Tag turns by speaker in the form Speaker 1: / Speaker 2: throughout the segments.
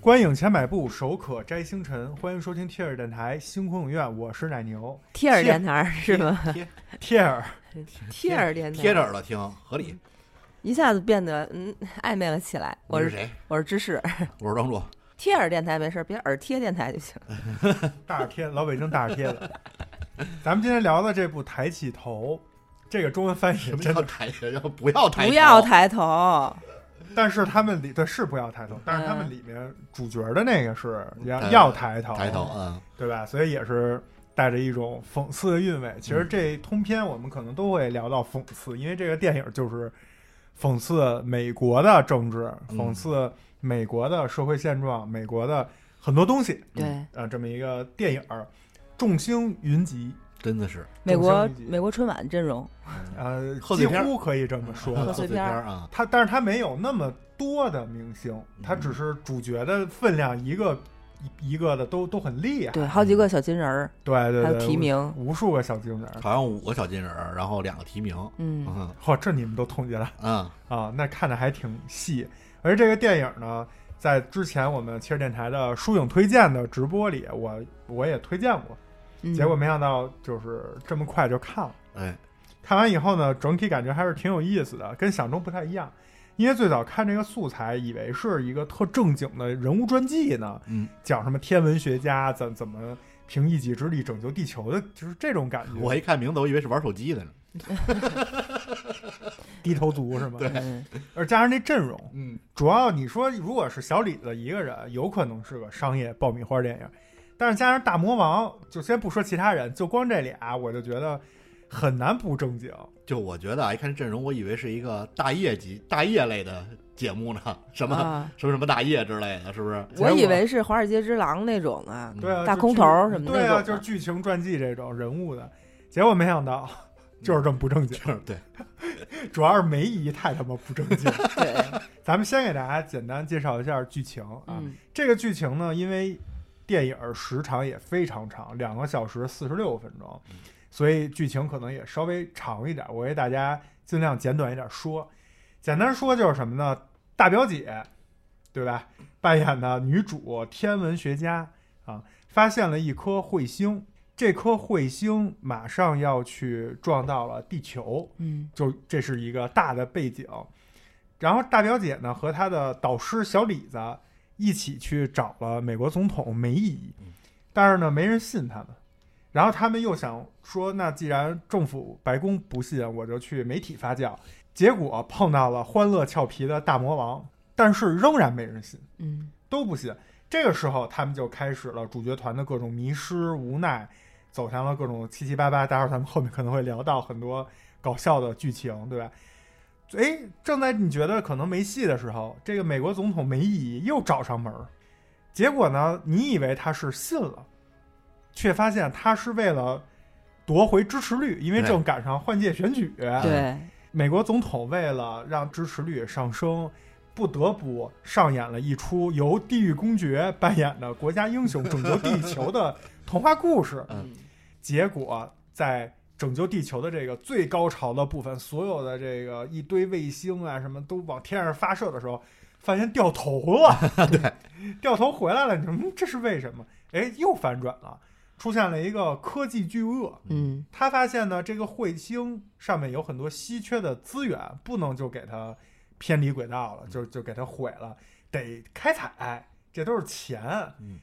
Speaker 1: 观影千百步，手可摘星辰。欢迎收听 T 尔电台星空影院，我是奶牛。
Speaker 2: 贴耳电台儿是吗？
Speaker 3: 贴
Speaker 1: T 尔，
Speaker 2: 贴耳电台，
Speaker 3: 贴着耳朵听合理。
Speaker 2: 嗯一下子变得嗯暧昧了起来。我
Speaker 3: 你是
Speaker 2: 是
Speaker 3: 谁？
Speaker 2: 我是芝士，
Speaker 3: 我是庄主。
Speaker 2: 贴耳电台没事，别耳贴电台就行。
Speaker 1: 大耳贴，老北京大耳贴 了。咱们今天聊的这部《抬起头》，这个中文翻译
Speaker 3: 什么
Speaker 1: 真
Speaker 3: 叫
Speaker 1: 的，
Speaker 3: 抬头？要不要抬头？嗯
Speaker 2: 不要抬头，
Speaker 1: 但是他们里对是不要抬头，但是他们
Speaker 2: 嗯
Speaker 1: 里面主角的那个是要、
Speaker 3: 呃
Speaker 1: 要抬头，
Speaker 3: 抬头，嗯，
Speaker 1: 对吧？所以也是带着一种讽刺的韵味。其
Speaker 2: 嗯
Speaker 1: 实这通篇我们可能都会聊到讽刺，因为这个电影就是讽刺美国的政治，
Speaker 3: 嗯
Speaker 1: 讽刺美国的社会现状，美国的很多东西
Speaker 2: 对，
Speaker 1: 啊、呃这么一个电影儿，众星云集，
Speaker 3: 真的是
Speaker 2: 美国
Speaker 1: 众星云集
Speaker 2: 美国春晚阵容，
Speaker 1: 呃，
Speaker 3: 贺
Speaker 1: 几
Speaker 3: 岁片儿
Speaker 1: 乎可以这么说
Speaker 2: 贺
Speaker 1: 了。
Speaker 2: 岁
Speaker 3: 岁
Speaker 2: 片
Speaker 3: 片
Speaker 2: 儿
Speaker 3: 儿啊，
Speaker 1: 他，但是他没有那么多的明星，他
Speaker 2: 嗯
Speaker 1: 只是主角的分量一个一一个的都都很厉害。
Speaker 3: 嗯
Speaker 2: 对，好几个小金人儿，
Speaker 1: 对对
Speaker 2: 还
Speaker 1: 对，
Speaker 2: 有提名，
Speaker 1: 无数个小金人儿。
Speaker 3: 好像五个小金人儿，然后两个提名，
Speaker 2: 嗯，
Speaker 3: 嗯
Speaker 1: 嚯，哦这你们都统计了
Speaker 3: 嗯，
Speaker 1: 啊？那看的还挺细。而这个电影呢，在之前我们汽车电台的书影推荐的直播里，我我也推荐过，
Speaker 2: 嗯
Speaker 1: 结果没想到就是这么快就看了。
Speaker 3: 哎，
Speaker 1: 看完以后呢，整体感觉还是挺有意思的，跟想中不太一样。因为最早看这个素材，以为是一个特正经的人物传记呢，
Speaker 3: 嗯，
Speaker 1: 讲什么天文学家怎怎么凭一己之力拯救地球的，就是这种感觉。
Speaker 3: 我一看名字，我以为是玩手机的呢。
Speaker 1: 低头族是吗？
Speaker 3: 对
Speaker 2: 嗯
Speaker 1: 而加上那阵容，
Speaker 3: 嗯，
Speaker 1: 主要你说，如果是小李子一个人，有可能是个商业爆米花电影，但是加上大魔王，就先不说其他人，就光这俩，我就觉得很难不正经。
Speaker 3: 就我觉得啊，一看阵容，我以为是一个大业级、大业类的节目呢， 什么、
Speaker 2: 啊，
Speaker 3: 什么什么大业之类的，是不是？嗯
Speaker 2: 我以为是《华尔街之狼》那种呢，
Speaker 1: 对啊，
Speaker 2: 大
Speaker 1: 就
Speaker 2: 空头儿什么
Speaker 1: 对啊，
Speaker 2: 那种
Speaker 1: 就是
Speaker 2: 的
Speaker 1: 剧情传记这种人物的，结果没想到就是这么不正经，
Speaker 3: 就是对，
Speaker 1: 主要是梅姨太他妈不正经。
Speaker 2: 对，
Speaker 1: 咱们先给大家简单介绍一下剧情啊，
Speaker 2: 嗯，
Speaker 1: 这个剧情呢，因为电影儿时长也非常长，两个小时四十六分钟
Speaker 3: 嗯，
Speaker 1: 所以剧情可能也稍微长一点。我给大家尽量简短一点说。简单说就是什么呢？大表姐，对吧？扮演的女主天文学家啊，发现了一颗彗星，这颗彗星马上要去撞到了地球，
Speaker 2: 嗯，
Speaker 1: 就这是一个大的背景。然后大表姐呢和她的导师小李子一起去找了美国总统梅姨
Speaker 3: 嗯，
Speaker 1: 但是呢没人信他们。然后他们又想说，那既然政府白宫不信，我就去媒体发酵。结果碰到了欢乐俏皮的大魔王，但是仍然没人信。
Speaker 2: 嗯，
Speaker 1: 都不信。这个时候，他们就开始了主角团的各种迷失、无奈，走向了各种七七八八。待会儿咱们后面可能会聊到很多搞笑的剧情，对吧？哎，正在你觉得可能没戏的时候，这个美国总统梅姨又找上门儿。结果呢，你以为他是信了，却发现他是为了夺回支持率，因为
Speaker 3: 对
Speaker 1: 正赶上换届选举。
Speaker 3: 嗯
Speaker 1: 对
Speaker 2: 对，
Speaker 1: 美国总统为了让支持率上升，不得不上演了一出由地狱公爵扮演的国家英雄拯救地球的童话故事。
Speaker 3: 嗯
Speaker 1: 结果在拯救地球的这个最高潮的部分，所有的这个一堆卫星啊什么都往天上发射的时候，发现掉头了。对，掉头回来了。你说、嗯、这是为什么？哎，又反转了，出现了一个科技巨鳄。
Speaker 2: 嗯，
Speaker 1: 他发现呢，这个彗星上面有很多稀缺的资源，不能就给它偏离轨道了，就就给它毁了，得开采，这都是钱。
Speaker 3: 嗯，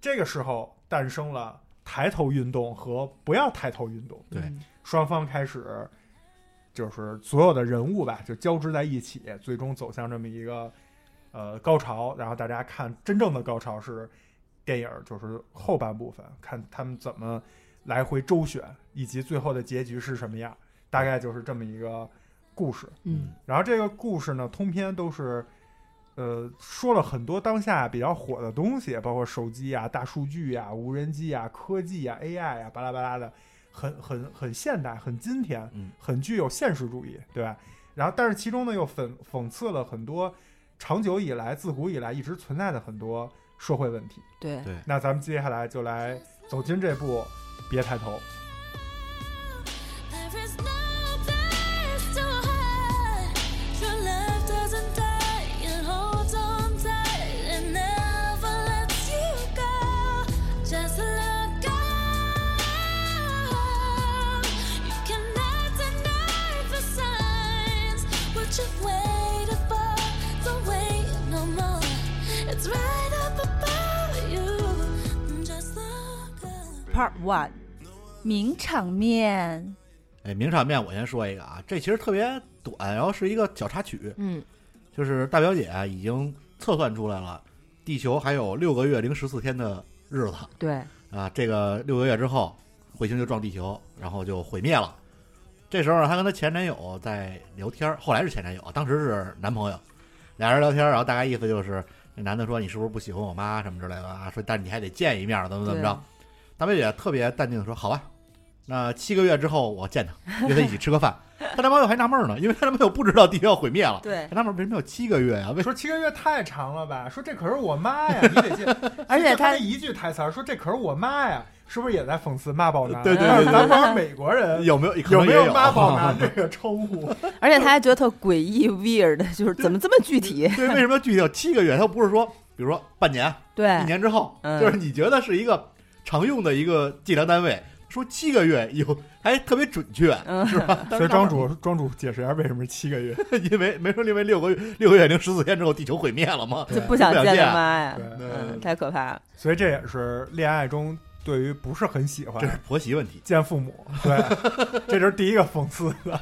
Speaker 1: 这个时候诞生了抬头运动和不要抬头运动，
Speaker 3: 对
Speaker 2: 嗯
Speaker 1: 双方开始就是所有的人物吧，就交织在一起，最终走向这么一个呃高潮。然后大家看真正的高潮是电影儿就是后半部分，看他们怎么来回周旋，以及最后的结局是什么样，大概就是这么一个故事。
Speaker 2: 嗯，
Speaker 1: 然后这个故事呢，通篇都是，呃，说了很多当下比较火的东西，包括手机啊、大数据啊、无人机啊、科技啊、AI 啊，巴拉巴拉的，很很很现代，很今天
Speaker 3: 嗯，
Speaker 1: 很具有现实主义，对吧？然后，但是其中呢，又讽讽刺了很多长久以来、自古以来一直存在的很多社会问题。
Speaker 2: 对，
Speaker 3: 对
Speaker 1: 那咱们接下来就来走进这部《别抬头》。
Speaker 4: There is no place to hide. Your love doesn't die. It holds on tight. It never
Speaker 2: Part One，
Speaker 5: 名场面，
Speaker 3: 哎，名场面我先说一个啊，这其实特别短，然后是一个小插曲，
Speaker 2: 嗯，
Speaker 3: 就是大表姐啊已经测算出来了，地球还有六个月零十四天的日子
Speaker 2: 对，
Speaker 3: 啊，这个六个月之后，彗星就撞地球，然后就毁灭了。这时候呢，她跟她前男友在聊天儿，后来是前男友，当时是男朋友，俩人聊天儿，然后大概意思就是，那男的说你是不是不喜欢我妈什么之类的啊，说但你还得见一面，怎么怎么
Speaker 2: 啊
Speaker 3: 着。大表姐特别淡定的说：“好啊，那七个月之后我见他，约他一起吃个饭。” 她男朋友还纳闷呢，因为她男朋友不知道地球要毁灭了，
Speaker 2: 对
Speaker 3: 她纳闷为什么有七个月呀、 为什
Speaker 1: 说七个月太长了吧？说这可是我妈 呀，你得见。
Speaker 2: 而且
Speaker 1: 就他
Speaker 2: 他
Speaker 1: 那一句台词儿说这可是我妈呀，是不是也在讽刺妈宝男？
Speaker 3: 对对
Speaker 1: 但是
Speaker 3: 对对
Speaker 1: 咱不知道美国人
Speaker 3: 么有没有可
Speaker 1: 有
Speaker 3: 能
Speaker 1: 没
Speaker 3: 也
Speaker 1: 有
Speaker 3: 有啊
Speaker 1: 妈宝男这个称 呼？
Speaker 2: 而且他还觉得特诡异 weird，就是怎么这么具体？
Speaker 3: 对，为什么要具体到七个月？他不是说，比如说半年、一
Speaker 2: 对，
Speaker 3: 年之后，
Speaker 2: 嗯
Speaker 3: 就是你觉得是一个常用的一个计量单位，说七个月有还特别准确，
Speaker 2: 嗯
Speaker 3: 是吧？
Speaker 1: 所以庄主庄主解释一下为什么是七个月？
Speaker 3: 因为没说因为六个月六个月零十四天之后地球毁灭了吗？
Speaker 2: 就不想见他妈呀
Speaker 1: 对，对
Speaker 2: 嗯，太可怕了。
Speaker 1: 所以这也是恋爱中对于不是很喜
Speaker 3: 这
Speaker 1: 欢
Speaker 3: 是婆媳问题。
Speaker 1: 见父母，对， 这就是第一个讽刺 的。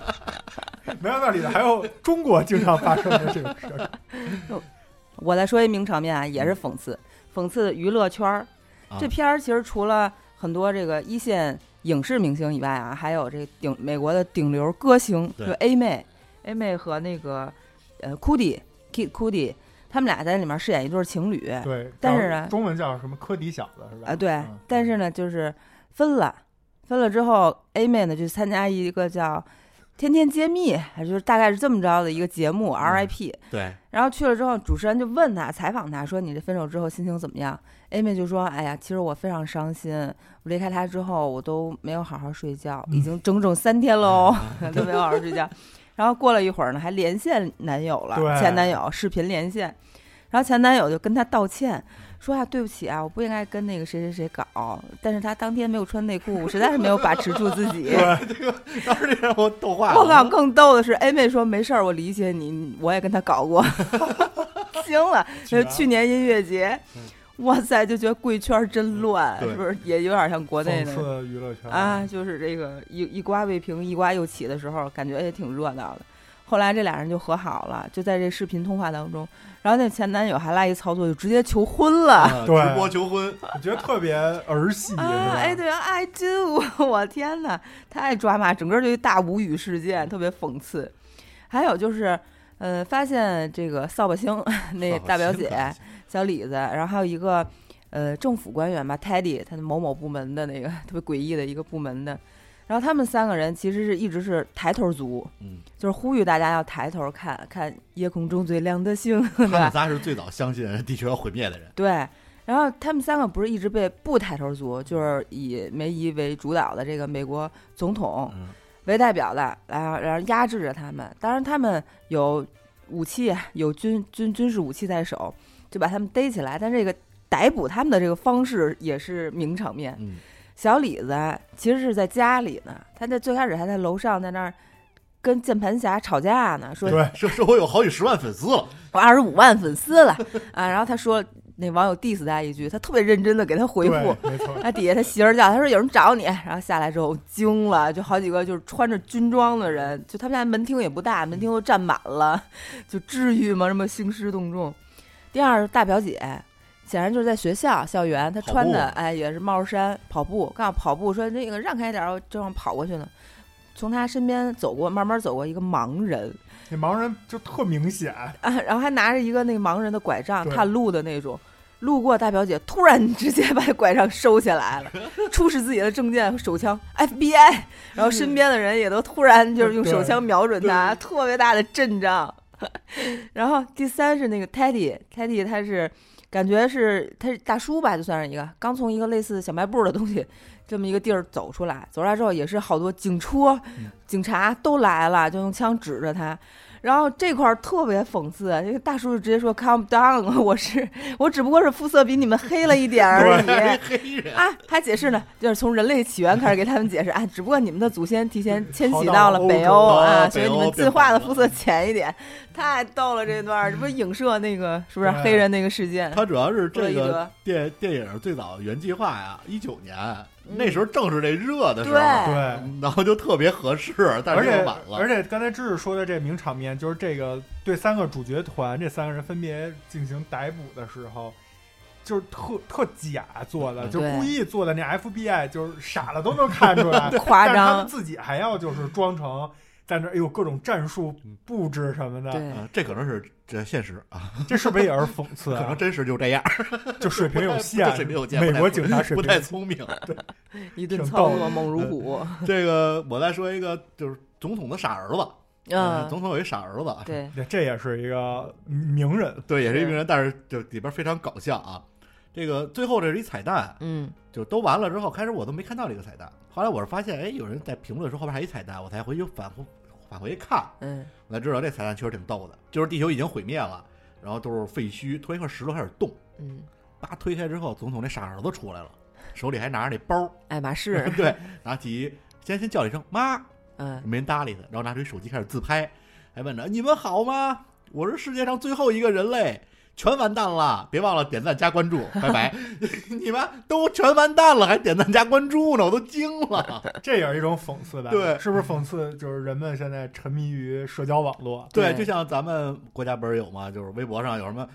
Speaker 1: 没想到里头还有中国经常发生的这种事儿。
Speaker 2: 我再说一名场面啊，也是讽刺，讽刺娱乐圈儿
Speaker 3: 啊。
Speaker 2: 这片儿其实除了很多这个一线影视明星以外啊，还有这顶美国的顶流歌星，
Speaker 3: 对
Speaker 2: 就 A 妹，A 妹和那个呃 Cudi Kid Cudi，他们俩在里面饰演一对儿情侣。
Speaker 1: 对，
Speaker 2: 但是呢
Speaker 1: 中文叫什么科迪小子是吧？
Speaker 2: 啊，对
Speaker 1: 嗯，
Speaker 2: 但是呢，就是分了，分了之后，A 妹呢就参加一个叫“天天揭秘”，还就是大概是这么着的一个节目，RIP。
Speaker 3: 对，
Speaker 2: 然后去了之后，主持人就问她，采访她说：“你这分手之后心情怎么样？”A 妹就说：“哎呀，其实我非常伤心，我离开他之后，我都没有好好睡觉，已经整整三天喽， 都没有好好睡觉。”然后过了一会儿呢，还连线男友了
Speaker 1: 对，
Speaker 2: 前男友视频连线，然后前男友就跟她道歉，说啊，对不起啊，我不应该跟那个谁谁谁搞，但是他当天没有穿内裤，我实在是没有把持住自己。
Speaker 3: 当时这让我逗坏
Speaker 2: 我靠，
Speaker 3: 了。
Speaker 2: 更逗的是，A 妹说没事儿，我理解你，我也跟他搞过。 惊了，
Speaker 1: 绝
Speaker 2: 就
Speaker 1: 了
Speaker 2: 是去年音乐节， 哇塞，就觉得贵圈真乱，
Speaker 3: 对
Speaker 2: 是不是也有点像国内
Speaker 1: 讽
Speaker 2: 的
Speaker 1: 刺娱乐圈
Speaker 2: 啊，，就是这个一一瓜未平，一瓜又起的时候，感觉也挺热闹的。后来这俩人就和好了，就在这视频通话当中，然后那前男友还来一操作，就直接求婚了。
Speaker 3: 啊
Speaker 1: 对
Speaker 3: 直播求婚，
Speaker 1: 我觉得特别儿戏，是
Speaker 2: 啊，
Speaker 1: 吧？
Speaker 2: 哎，对啊，I do，我 天哪，太抓马，整个就一大无语事件，特别讽刺。还有就是，呃，发现这个扫把星 那大表姐
Speaker 3: 啊
Speaker 2: 小李子，然后还有一个呃政府官员吧，Teddy，他的某某部门的那个特别诡异的一个部门的，然后他们三个人其实是一直是抬头族，
Speaker 3: 嗯，
Speaker 2: 就是呼吁大家要抬头看看夜空中最亮的星，
Speaker 3: 他
Speaker 2: 对吧
Speaker 3: 们？仨是最早相信地球要毁灭的人。
Speaker 2: 对，然后他们三个不是一直被不抬头族，就是以梅姨为主导的这个美国总统
Speaker 3: 嗯，
Speaker 2: 为代表的，然后然后压制着他们。当然，他们有武器，有军军军事武器在手，就把他们逮起来。但这个逮捕他们的这个方式也是名场面。
Speaker 3: 嗯，
Speaker 2: 小李子其实是在家里呢，他在最开始还在楼上在那儿跟键盘侠吵架呢，说
Speaker 1: 对
Speaker 3: 说说我有好几十万粉丝了，
Speaker 2: 我二十五万粉丝了 啊！然后他说那网友 diss 他一句，他特别认真的给他回复，
Speaker 1: 对，没错。
Speaker 2: 那底下他媳妇儿叫，他说有人找你，然后下来之后惊了，就好几个就是穿着军装的人，就他们家门厅也不大，门厅都占满了，就至于吗？这么兴师动众。第二大表姐，显然就是在学校校园，她
Speaker 3: 跑
Speaker 2: 穿的
Speaker 3: 步
Speaker 2: 哎也是帽衫跑步，刚好跑步说那个让开点儿，我正要跑过去呢，从她身边走过，慢慢走过一个盲人，
Speaker 1: 那盲人就特明显，
Speaker 2: 啊，然后还拿着一个那个盲人的拐杖
Speaker 1: 对
Speaker 2: 探路的那种。路过大表姐突然直接把拐杖收起来了，出示自己的证件和手枪，FBI，然后身边的人也都突然就是用手枪瞄准他，特别大的阵仗。然后第三是那个 Teddy，Teddy 他是感觉是他是大叔吧，就算是一个刚从一个类似小卖部的东西这么一个地儿走出来，走出来之后也是好多警车、警察都来了，就用枪指着他。然后这块儿特别讽刺，那个大叔就直接说 “calm down”，我是 我只不过是肤色比你们黑了一点而已。
Speaker 3: 黑人。
Speaker 2: 啊，还解释呢，就是从人类起源开始给他们解释啊，只不过你们的祖先提前迁徙到了北欧啊，
Speaker 3: 逃到欧洲
Speaker 2: 所以你
Speaker 3: 北
Speaker 2: 们
Speaker 3: 欧
Speaker 2: 进化的肤色浅一点，太逗了这段儿，这不是影射那个是不是
Speaker 1: 对
Speaker 2: 黑人那个事件？
Speaker 3: 他主要是这
Speaker 2: 弗洛伊
Speaker 3: 个
Speaker 2: 德
Speaker 3: 电电影最早原计划呀，一九年那时候正是这热的时候，
Speaker 2: 嗯对
Speaker 1: 对，
Speaker 3: 然后就特别合适，但
Speaker 1: 而
Speaker 3: 是
Speaker 1: 且
Speaker 3: 又晚了
Speaker 1: 而。且刚才知识说的这名场面，就是这个对三个主角团这三个人分别进行逮捕的时候，就是特特假做的，
Speaker 3: 嗯
Speaker 1: 就是
Speaker 2: 对
Speaker 1: 故意做的。那 FBI 就是傻了都能看出 来，
Speaker 2: 夸
Speaker 1: 但是他们
Speaker 2: 张，
Speaker 1: 自己还要就是装成在那儿，哎呦各种战术布置什么的，
Speaker 2: 对
Speaker 3: 嗯，这可能是这现实啊，
Speaker 1: 这是不是也是讽刺
Speaker 3: 可
Speaker 1: 啊
Speaker 3: 能？真实就这样，
Speaker 1: 就水平有限，
Speaker 3: 这水平有限，
Speaker 1: 美
Speaker 3: 不太
Speaker 1: 国警察水
Speaker 3: 不
Speaker 1: 平
Speaker 3: 太聪明。
Speaker 2: 一顿
Speaker 1: 挺
Speaker 2: 操
Speaker 1: 逗
Speaker 2: 作猛如虎，
Speaker 3: 这个我再说一个，就是总统的傻儿子，呃
Speaker 2: 嗯，
Speaker 3: 总统有一傻儿子，
Speaker 2: 对，
Speaker 1: 对，这也是一个名人，
Speaker 3: 对，也是一
Speaker 2: 是
Speaker 3: 名人，但是就里边非常搞笑啊。这个最后这是一彩蛋，
Speaker 2: 嗯，
Speaker 3: 就都完了之后，开始我都没看到这个彩蛋，后来我是发现，哎，有人在评论说后边还有一彩蛋，我才回去返回返回看，
Speaker 2: 嗯，
Speaker 3: 我才知道这彩蛋确实挺逗的，就是地球已经毁灭了，然后都是废墟，突然一块石头开始动，
Speaker 2: 嗯，
Speaker 3: 叭推开之后，总统那傻儿子出来了，手里还拿着那包，
Speaker 2: 爱 马仕，
Speaker 3: 对，拿起先先叫了一声妈，
Speaker 2: 嗯，
Speaker 3: 没人搭理他，然后拿出一手机开始自拍，还问着你们好吗？我是世界上最后一个人类，全完蛋了！别忘了点赞加关注，拜拜！ 你们都全完蛋了，还点赞加关注呢，我都惊了。
Speaker 1: 这也是一种讽刺吧？
Speaker 3: 对
Speaker 1: 是不是讽刺就是人们现在沉迷于社交网络？
Speaker 3: 对，
Speaker 2: 对
Speaker 3: 就像咱们国家不是有吗？就是微博上有什么。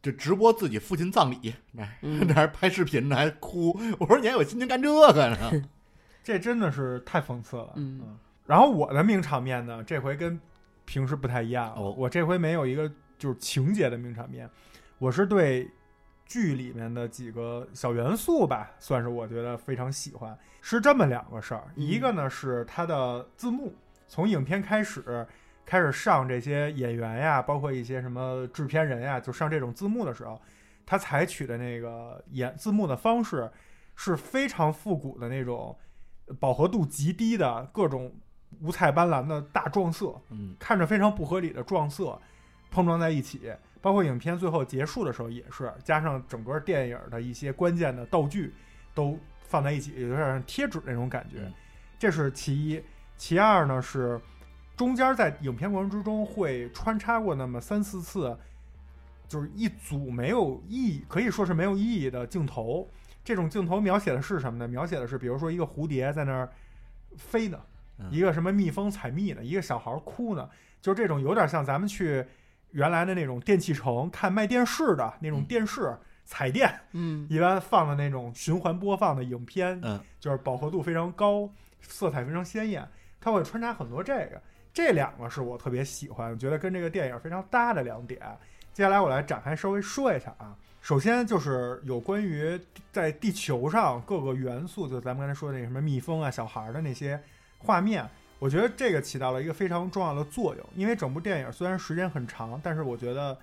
Speaker 3: 就直播自己父亲葬礼，那
Speaker 2: 嗯
Speaker 3: 那还拍视频呢，还哭。我说你还有心情干这个 呢？
Speaker 1: 这真的是太讽刺了。
Speaker 2: 嗯
Speaker 1: 然后我的名场面呢，这回跟平时不太一样了。
Speaker 3: 哦
Speaker 1: 我这回没有一个就是情节的名场面，我是对剧里面的几个小元素吧，算是我觉得非常喜欢。是这么两个事儿，
Speaker 2: 嗯
Speaker 1: 一个呢是它的字幕，从影片开始开始上这些演员呀，包括一些什么制片人呀，就上这种字幕的时候，他采取的那个演字幕的方式是非常复古的那种，饱和度极低的各种五彩斑斓的大撞色，
Speaker 3: 嗯，
Speaker 1: 看着非常不合理的撞色碰撞在一起，包括影片最后结束的时候也是，加上整个电影的一些关键的道具都放在一起，有点像贴纸那种感觉
Speaker 3: 嗯。
Speaker 1: 这是其一，其二呢是中间在影片过程之中会穿插过那么三四次，就是一组没有意义，可以说是没有意义的镜头。这种镜头描写的是什么呢？描写的是比如说一个蝴蝶在那儿飞呢，
Speaker 3: 嗯
Speaker 1: 一个什么蜜蜂采蜜呢，一个小孩哭呢，就是这种有点像咱们去原来的那种电器城看卖电视的那种电视。彩电
Speaker 2: 嗯
Speaker 1: 一般放的那种循环播放的影片，
Speaker 3: 嗯，
Speaker 1: 就是饱和度非常高，色彩非常鲜艳，它会穿插很多这个。这两个是我特别喜欢，觉得跟这个电影非常搭的两点。接下来我来展开稍微说一下啊。首先就是有关于在地球上各个元素，就咱们刚才说的那什么蜜蜂啊、小孩儿的那些画面，我觉得这个起到了一个非常重要的作用。因为整部电影虽然时间很长，但是我觉得，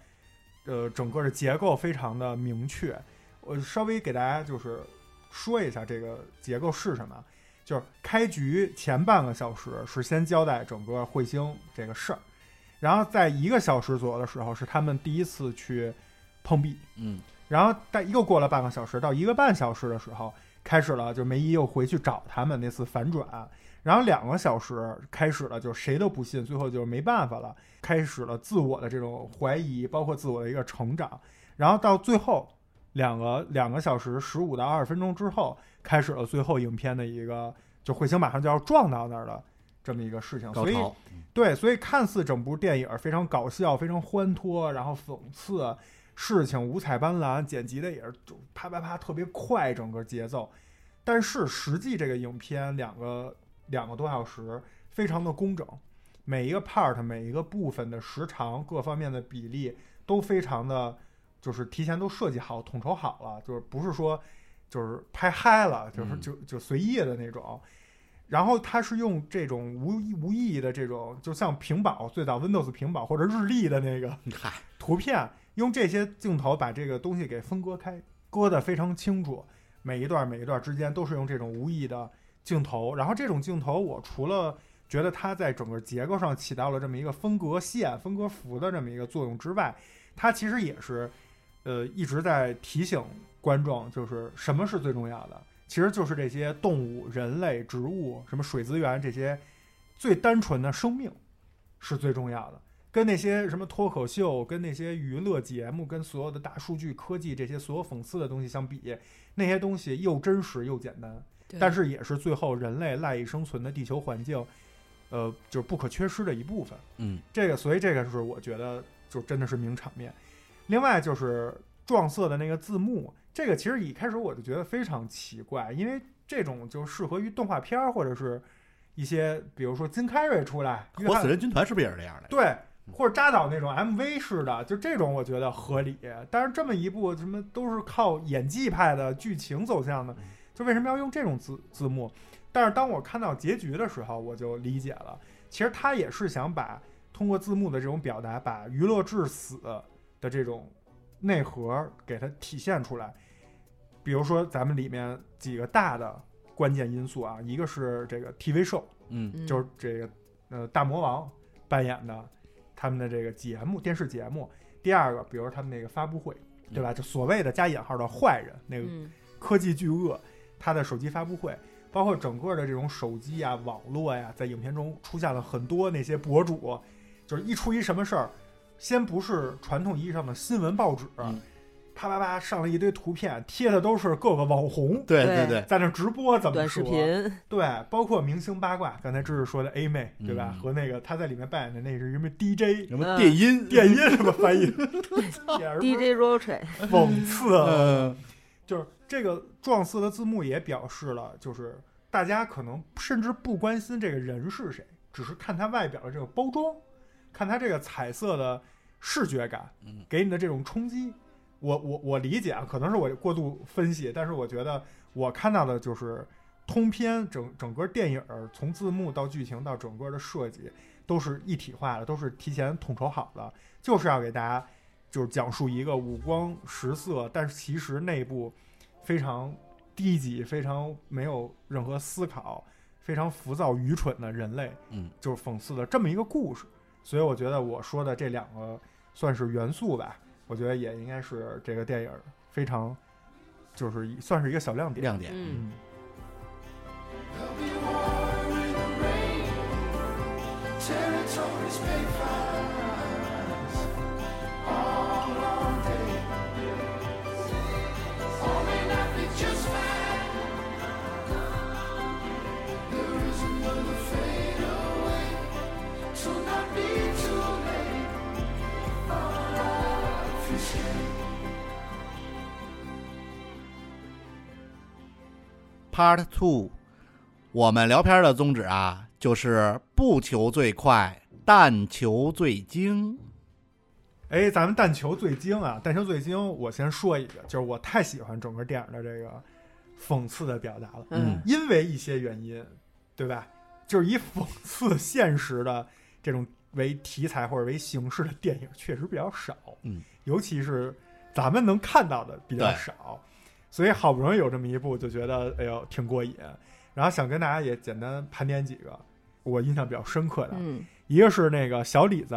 Speaker 1: 呃，整个的结构非常的明确。我稍微给大家就是说一下这个结构是什么，就是开局前半个小时是先交代整个彗星这个事儿，然后在一个小时左右的时候是他们第一次去碰壁，
Speaker 3: 嗯，
Speaker 1: 然后但又过了半个小时到一个半小时的时候，开始了就梅姨又回去找他们那次反转，啊然后两个小时开始了就谁都不信，最后就没办法了，开始了自我的这种怀疑，包括自我的一个成长，然后到最后两个两个小时十五到二十分钟之后，开始了最后影片的一个就彗星马上就要撞到那儿了这么一个事情，
Speaker 3: 高
Speaker 1: 啊所以
Speaker 3: 潮，
Speaker 1: 对，所以看似整部电影非常搞笑、非常欢脱，然后讽刺事情五彩斑斓，剪辑的也是就啪啪啪特别快，整个节奏。但是实际这个影片两个两个多小时，非常的工整，每一个 part、每一个部分的时长、各方面的比例都非常的，就是提前都设计好、统筹好了，就是不是说就是拍嗨了，就是
Speaker 3: 嗯
Speaker 1: 就就随意的那种。然后它是用这种无无意义的这种，就像屏保最早 Windows 屏保或者日历的那个
Speaker 3: 嗨，
Speaker 1: 图片，用这些镜头把这个东西给分割开，割得非常清楚。每一段每一段之间都是用这种无意义的镜头，然后这种镜头我除了觉得它在整个结构上起到了这么一个分隔线、分隔符的这么一个作用之外，它其实也是，呃，一直在提醒观众，就是什么是最重要的，其实就是这些动物、人类、植物、什么水资源这些最单纯的生命是最重要的。跟那些什么脱口秀、跟那些娱乐节目、跟所有的大数据、科技这些所有讽刺的东西相比，那些东西又真实又简单。
Speaker 2: 对
Speaker 1: 但是也是最后人类赖以生存的地球环境，呃，就是不可缺失的一部分。
Speaker 3: 嗯
Speaker 1: 这个，所以这个是我觉得就真的是名场面。另外就是撞色的那个字幕，这个其实一开始我就觉得非常奇怪，因为这种就适合于动画片儿或者是一些比如说金凯瑞出来，约
Speaker 3: 活
Speaker 1: 翰
Speaker 3: 死人军团是不是也是这样的？
Speaker 1: 对，或者扎导那种 MV 式的，就这种我觉得合理。但是这么一部什么都是靠演技派的剧情走向的
Speaker 3: 嗯，
Speaker 1: 就为什么要用这种字字幕？但是当我看到结局的时候，我就理解了，其实他也是想把通过字幕的这种表达，把娱乐至死的这种内核给它体现出来。比如说，咱们里面几个大的关键因素啊，一个是这个 TV show，
Speaker 3: 嗯
Speaker 2: 嗯
Speaker 1: 就是这个呃大魔王扮演的他们的这个节目电视节目。第二个，比如他们那个发布会，对吧？就所谓的加引号的坏人，那个
Speaker 2: 嗯
Speaker 1: 科技巨鳄它的手机发布会，包括整个的这种手机啊、网络呀、在影片中出现了很多那些博主，就是一出一什么事儿，先不是传统意义上的新闻报纸，
Speaker 3: 嗯
Speaker 1: 啪啪啪上了一堆图片，贴的都是各个网红
Speaker 3: 对
Speaker 2: 对
Speaker 3: 对，
Speaker 1: 在那直播怎么
Speaker 2: 短
Speaker 1: 说
Speaker 2: 视 频，
Speaker 1: 对，包括明星八卦，刚才知识说的 A 妹，对吧？
Speaker 3: 嗯
Speaker 1: 和那个她在里面扮演的那是什么 DJ
Speaker 3: 什么
Speaker 2: 嗯
Speaker 3: 电音
Speaker 1: 电音什么翻译，也
Speaker 2: DJ Rotary，
Speaker 1: 是讽刺啊。
Speaker 3: 呃
Speaker 1: 就是这个撞色的字幕也表示了，就是大家可能甚至不关心这个人是谁，只是看他外表的这个包装，看他这个彩色的视觉感
Speaker 3: 嗯，
Speaker 1: 给你的这种冲击。我我我理解啊，可能是我过度分析，但是我觉得我看到的就是通篇整整个电影儿从字幕到剧情到整个的设计都是一体化的，都是提前统筹好的，就是要给大家就是讲述一个五光十色，但是其实内部非常低级、非常没有任何思考、非常浮躁、愚蠢的人类，
Speaker 3: 嗯，
Speaker 1: 就是讽刺的这么一个故事。所以我觉得我说的这两个算是元素吧，我觉得也应该是这个电影非常就是一算是一个小亮点。
Speaker 3: 亮点，
Speaker 2: 嗯，
Speaker 1: 嗯，
Speaker 6: Territories pay fines all long day. All may not be just fine. There is another fade away. To not be too late. Obfuscate.
Speaker 3: ，Part Two，我们聊片的宗旨啊，就是不求最快，但求最精。
Speaker 1: 哎，咱们但求最精啊，但求最精，我先说一个，就是我太喜欢整个电影的这个讽刺的表达了。
Speaker 3: 嗯
Speaker 1: 因为一些原因，对吧？就是以讽刺现实的这种为题材或者为形式的电影确实比较少，
Speaker 3: 嗯，
Speaker 1: 尤其是咱们能看到的比较
Speaker 3: 对
Speaker 1: 少，所以好不容易有这么一部，就觉得哎呦挺过瘾。然后想跟大家也简单盘点几个我印象比较深刻的，
Speaker 2: 嗯
Speaker 1: 一个是那个小李子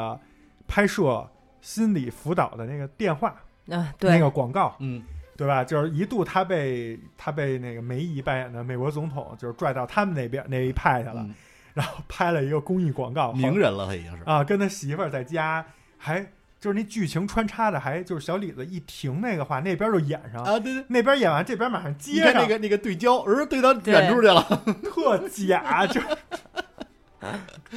Speaker 1: 拍摄心理辅导的那个电话
Speaker 2: 啊，
Speaker 1: 那
Speaker 2: 对，
Speaker 1: 个广告，
Speaker 3: 嗯，
Speaker 1: 对吧？就是一度他被他被那个梅姨扮演的美国总统就是拽到他们那边那一派去了，
Speaker 3: 嗯
Speaker 1: 然后拍了一个公益广告，
Speaker 3: 名人了，他已经是。
Speaker 1: 啊，跟他媳妇儿在家还就是那剧情穿插的还就是小李子一停那个话，那边就演上，
Speaker 3: 啊，对对，
Speaker 1: 那边演完这边马上
Speaker 3: 你
Speaker 1: 接
Speaker 3: 看
Speaker 1: 上，
Speaker 3: 那个那个对焦，呃，对到远处去了，
Speaker 1: 特假， 就是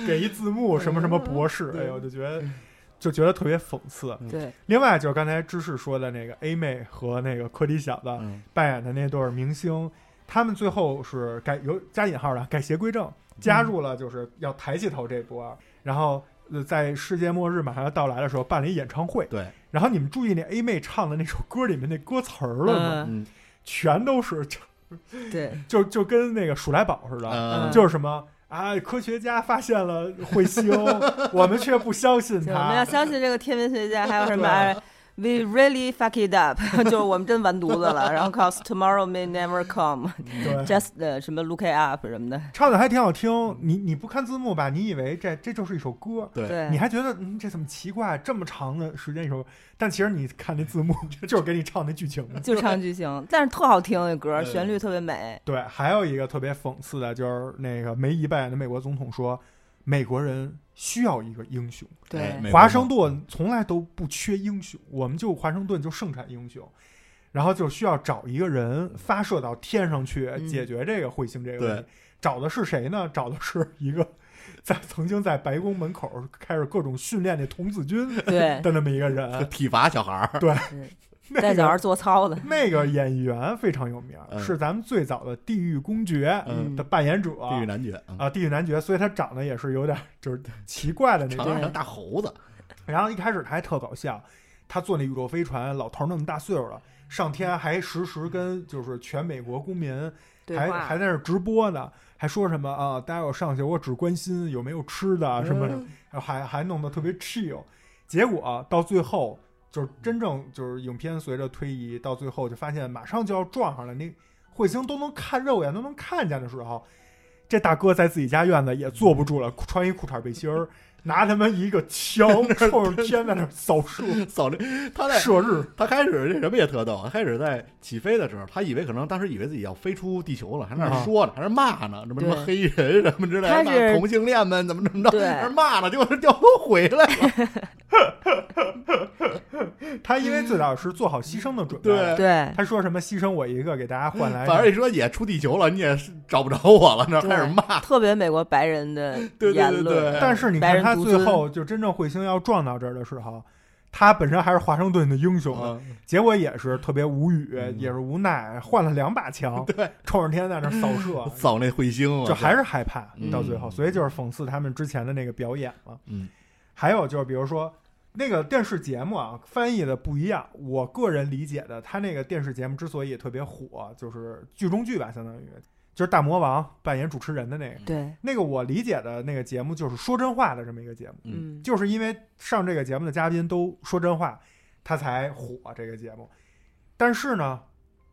Speaker 1: 给一字幕什么什么博士，哎呦，我就觉
Speaker 3: 嗯
Speaker 1: 得就觉得特别讽刺。
Speaker 2: 对，
Speaker 1: 另外就是刚才芝士说的那个 A 妹和那个柯迪小的
Speaker 3: 嗯
Speaker 1: 扮演的那对儿明星，他们最后是改有加引号的改邪归正，加入了就是要抬起头这波，然后呃在世界末日马上要到来的时候办了一演唱会。
Speaker 3: 对，
Speaker 1: 然后你们注意那 A 妹唱的那首歌里面那歌词儿了吗？
Speaker 2: 嗯
Speaker 3: 嗯
Speaker 1: 全都是就
Speaker 2: 对，
Speaker 1: 就就跟那个鼠来宝似的，
Speaker 3: 嗯
Speaker 1: 就是什么。啊！科学家发现了彗 星，我们却不相信他。
Speaker 2: 就
Speaker 1: 啊
Speaker 2: 我们要相信这个天文学家，还有什么 We really fuck it up，就是 我们真完犊子了。然后 cause tomorrow may never come，just
Speaker 1: 对，
Speaker 2: 呃什么 look it up 什么的，
Speaker 1: 唱的还挺好听。你你不看字幕吧，你以为这这就是一首歌，
Speaker 3: 对
Speaker 2: 对，
Speaker 1: 你还觉得嗯这怎么奇怪，这么长的时间一首歌，但其实你看那字幕 就是给你唱那剧情。
Speaker 2: 就唱剧情，但是特好听那歌，
Speaker 3: 嗯
Speaker 2: 旋律特别美。
Speaker 1: 对，还有一个特别讽刺的，就是那个梅姨扮演的美国总统说，美国人需要一个英雄，
Speaker 3: 哎
Speaker 2: 对，
Speaker 3: 美国
Speaker 1: 华盛顿从来都不缺英雄，我们就华盛顿就盛产英雄。然后就需要找一个人发射到天上去
Speaker 2: 嗯
Speaker 1: 解决这个彗星这个问题。
Speaker 3: 对
Speaker 1: 找的是谁呢？找的是一个在曾经在白宫门口开始各种训练的童子军
Speaker 2: 对，
Speaker 1: 的那么一个人。
Speaker 3: 体罚小孩儿，
Speaker 1: 那
Speaker 2: 带小
Speaker 1: 个
Speaker 2: 孩做操的，
Speaker 1: 那个演员非常有名，
Speaker 3: 嗯
Speaker 1: 是咱们最早的《地狱公爵》
Speaker 3: 嗯
Speaker 1: 的扮演者。
Speaker 3: 地狱男爵，嗯
Speaker 1: 啊，地狱男爵，所以他长得也是有点就是奇怪的那
Speaker 3: 长
Speaker 1: 种
Speaker 3: 得。像大猴子，
Speaker 1: 然后一开始他还特搞笑，他坐那宇宙飞船，老头儿那么大岁数了，上天还实时跟就是全美国公民
Speaker 2: 对
Speaker 1: 还
Speaker 2: 话
Speaker 1: 还在那儿直播呢，还说什么啊，大家有上去，我只关心有没有吃的啊什么的，然后还还弄得特别 chill。结果、啊到最后，就是真正就是影片随着推移，到最后就发现马上就要撞上了，那彗星都能看肉眼都能看见的时候，这大哥在自己家院子也坐不住了，穿一裤衩背心儿，拿他妈一个枪冲着天在那儿扫射
Speaker 3: 扫雷。他在
Speaker 1: 射日，
Speaker 3: 他开始这什么也特逗，他开始在起飞的时候，他以为可能当时以为自己要飞出地球了，还在那
Speaker 1: 啊
Speaker 3: 儿说呢，还在那儿骂呢，什么什
Speaker 2: 对
Speaker 3: 么黑人什么之类
Speaker 2: 他
Speaker 3: 的，
Speaker 2: 是
Speaker 3: 骂同性恋们怎么怎么着，
Speaker 2: 对
Speaker 3: 还骂呢，结果他掉头回来了，
Speaker 1: 他因为最早是做好牺牲的准备了，
Speaker 3: 对
Speaker 2: 对
Speaker 1: 他说什么牺牲我一个给大家换来，
Speaker 3: 反正一说也出地球了，你也是找不着我了，那
Speaker 2: 对
Speaker 3: 开始骂，
Speaker 2: 特别美国白人的
Speaker 3: 对嗯
Speaker 2: 言
Speaker 3: 对对
Speaker 2: 论，
Speaker 3: 对，
Speaker 1: 但是你
Speaker 2: 白
Speaker 1: 看
Speaker 2: 人
Speaker 1: 他
Speaker 2: 独
Speaker 1: 最
Speaker 2: 尊
Speaker 1: 后就真正彗星要撞到这儿的时候，他本身还是华盛顿的英雄呢，
Speaker 3: 嗯
Speaker 1: 结果也是特别无语，
Speaker 3: 嗯
Speaker 1: 也是无奈，换了两把枪，
Speaker 3: 对，
Speaker 1: 冲着天在那儿扫射，
Speaker 3: 扫那彗星啊了，
Speaker 1: 就还是害怕
Speaker 3: 嗯
Speaker 1: 到最后，所以就是讽刺他们之前的那个表演了。
Speaker 3: 嗯，
Speaker 1: 还有就是比如说。那个电视节目啊，翻译的不一样。我个人理解的，他那个电视节目之所以特别火，就是剧中剧吧，相当于就是大魔王扮演主持人的那个。
Speaker 2: 对，
Speaker 1: 那个我理解的那个节目就是说真话的这么一个节目。
Speaker 2: 嗯，
Speaker 1: 就是因为上这个节目的嘉宾都说真话，他才火这个节目。但是呢，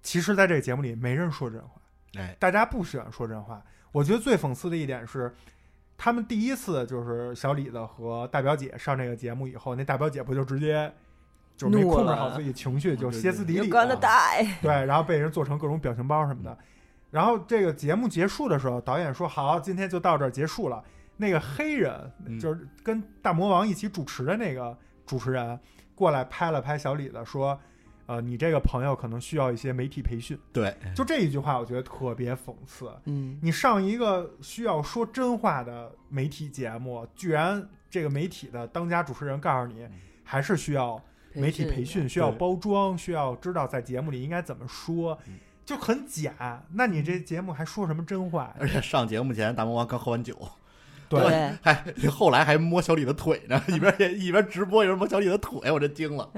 Speaker 1: 其实在这个节目里没人说真话，
Speaker 3: 哎，
Speaker 1: 大家不喜欢说真话。我觉得最讽刺的一点是，他们第一次就是小李子和大表姐上这个节目以后，那大表姐不就直接就没控制好自己情绪，就歇斯底
Speaker 3: 啊
Speaker 2: 有
Speaker 1: 里
Speaker 2: 关的
Speaker 1: 了，
Speaker 2: 大
Speaker 1: 对，然后被人做成各种表情包什么的。然后这个节目结束的时候，导演说：“好，今天就到这儿结束了。”那个黑人
Speaker 3: 嗯
Speaker 1: 就是跟大魔王一起主持的那个主持人过来拍了拍小李子，说：“呃，你这个朋友可能需要一些媒体培训。
Speaker 3: 对，”
Speaker 1: 就这一句话，我觉得特别讽刺。
Speaker 2: 嗯，
Speaker 1: 你上一个需要说真话的媒体节目，居然这个媒体的当家主持人告诉你，还是需要媒体培训，需要
Speaker 3: 对
Speaker 1: 包装，需要知道在节目里应该怎么说
Speaker 3: 嗯，
Speaker 1: 就很假。那你这节目还说什么真话？
Speaker 3: 而且上节目前大魔王刚喝完酒，
Speaker 1: 对
Speaker 2: 对，嗯
Speaker 3: 还后来还摸小李的腿呢， 一边也一边直播一边摸小李的腿，我真惊了，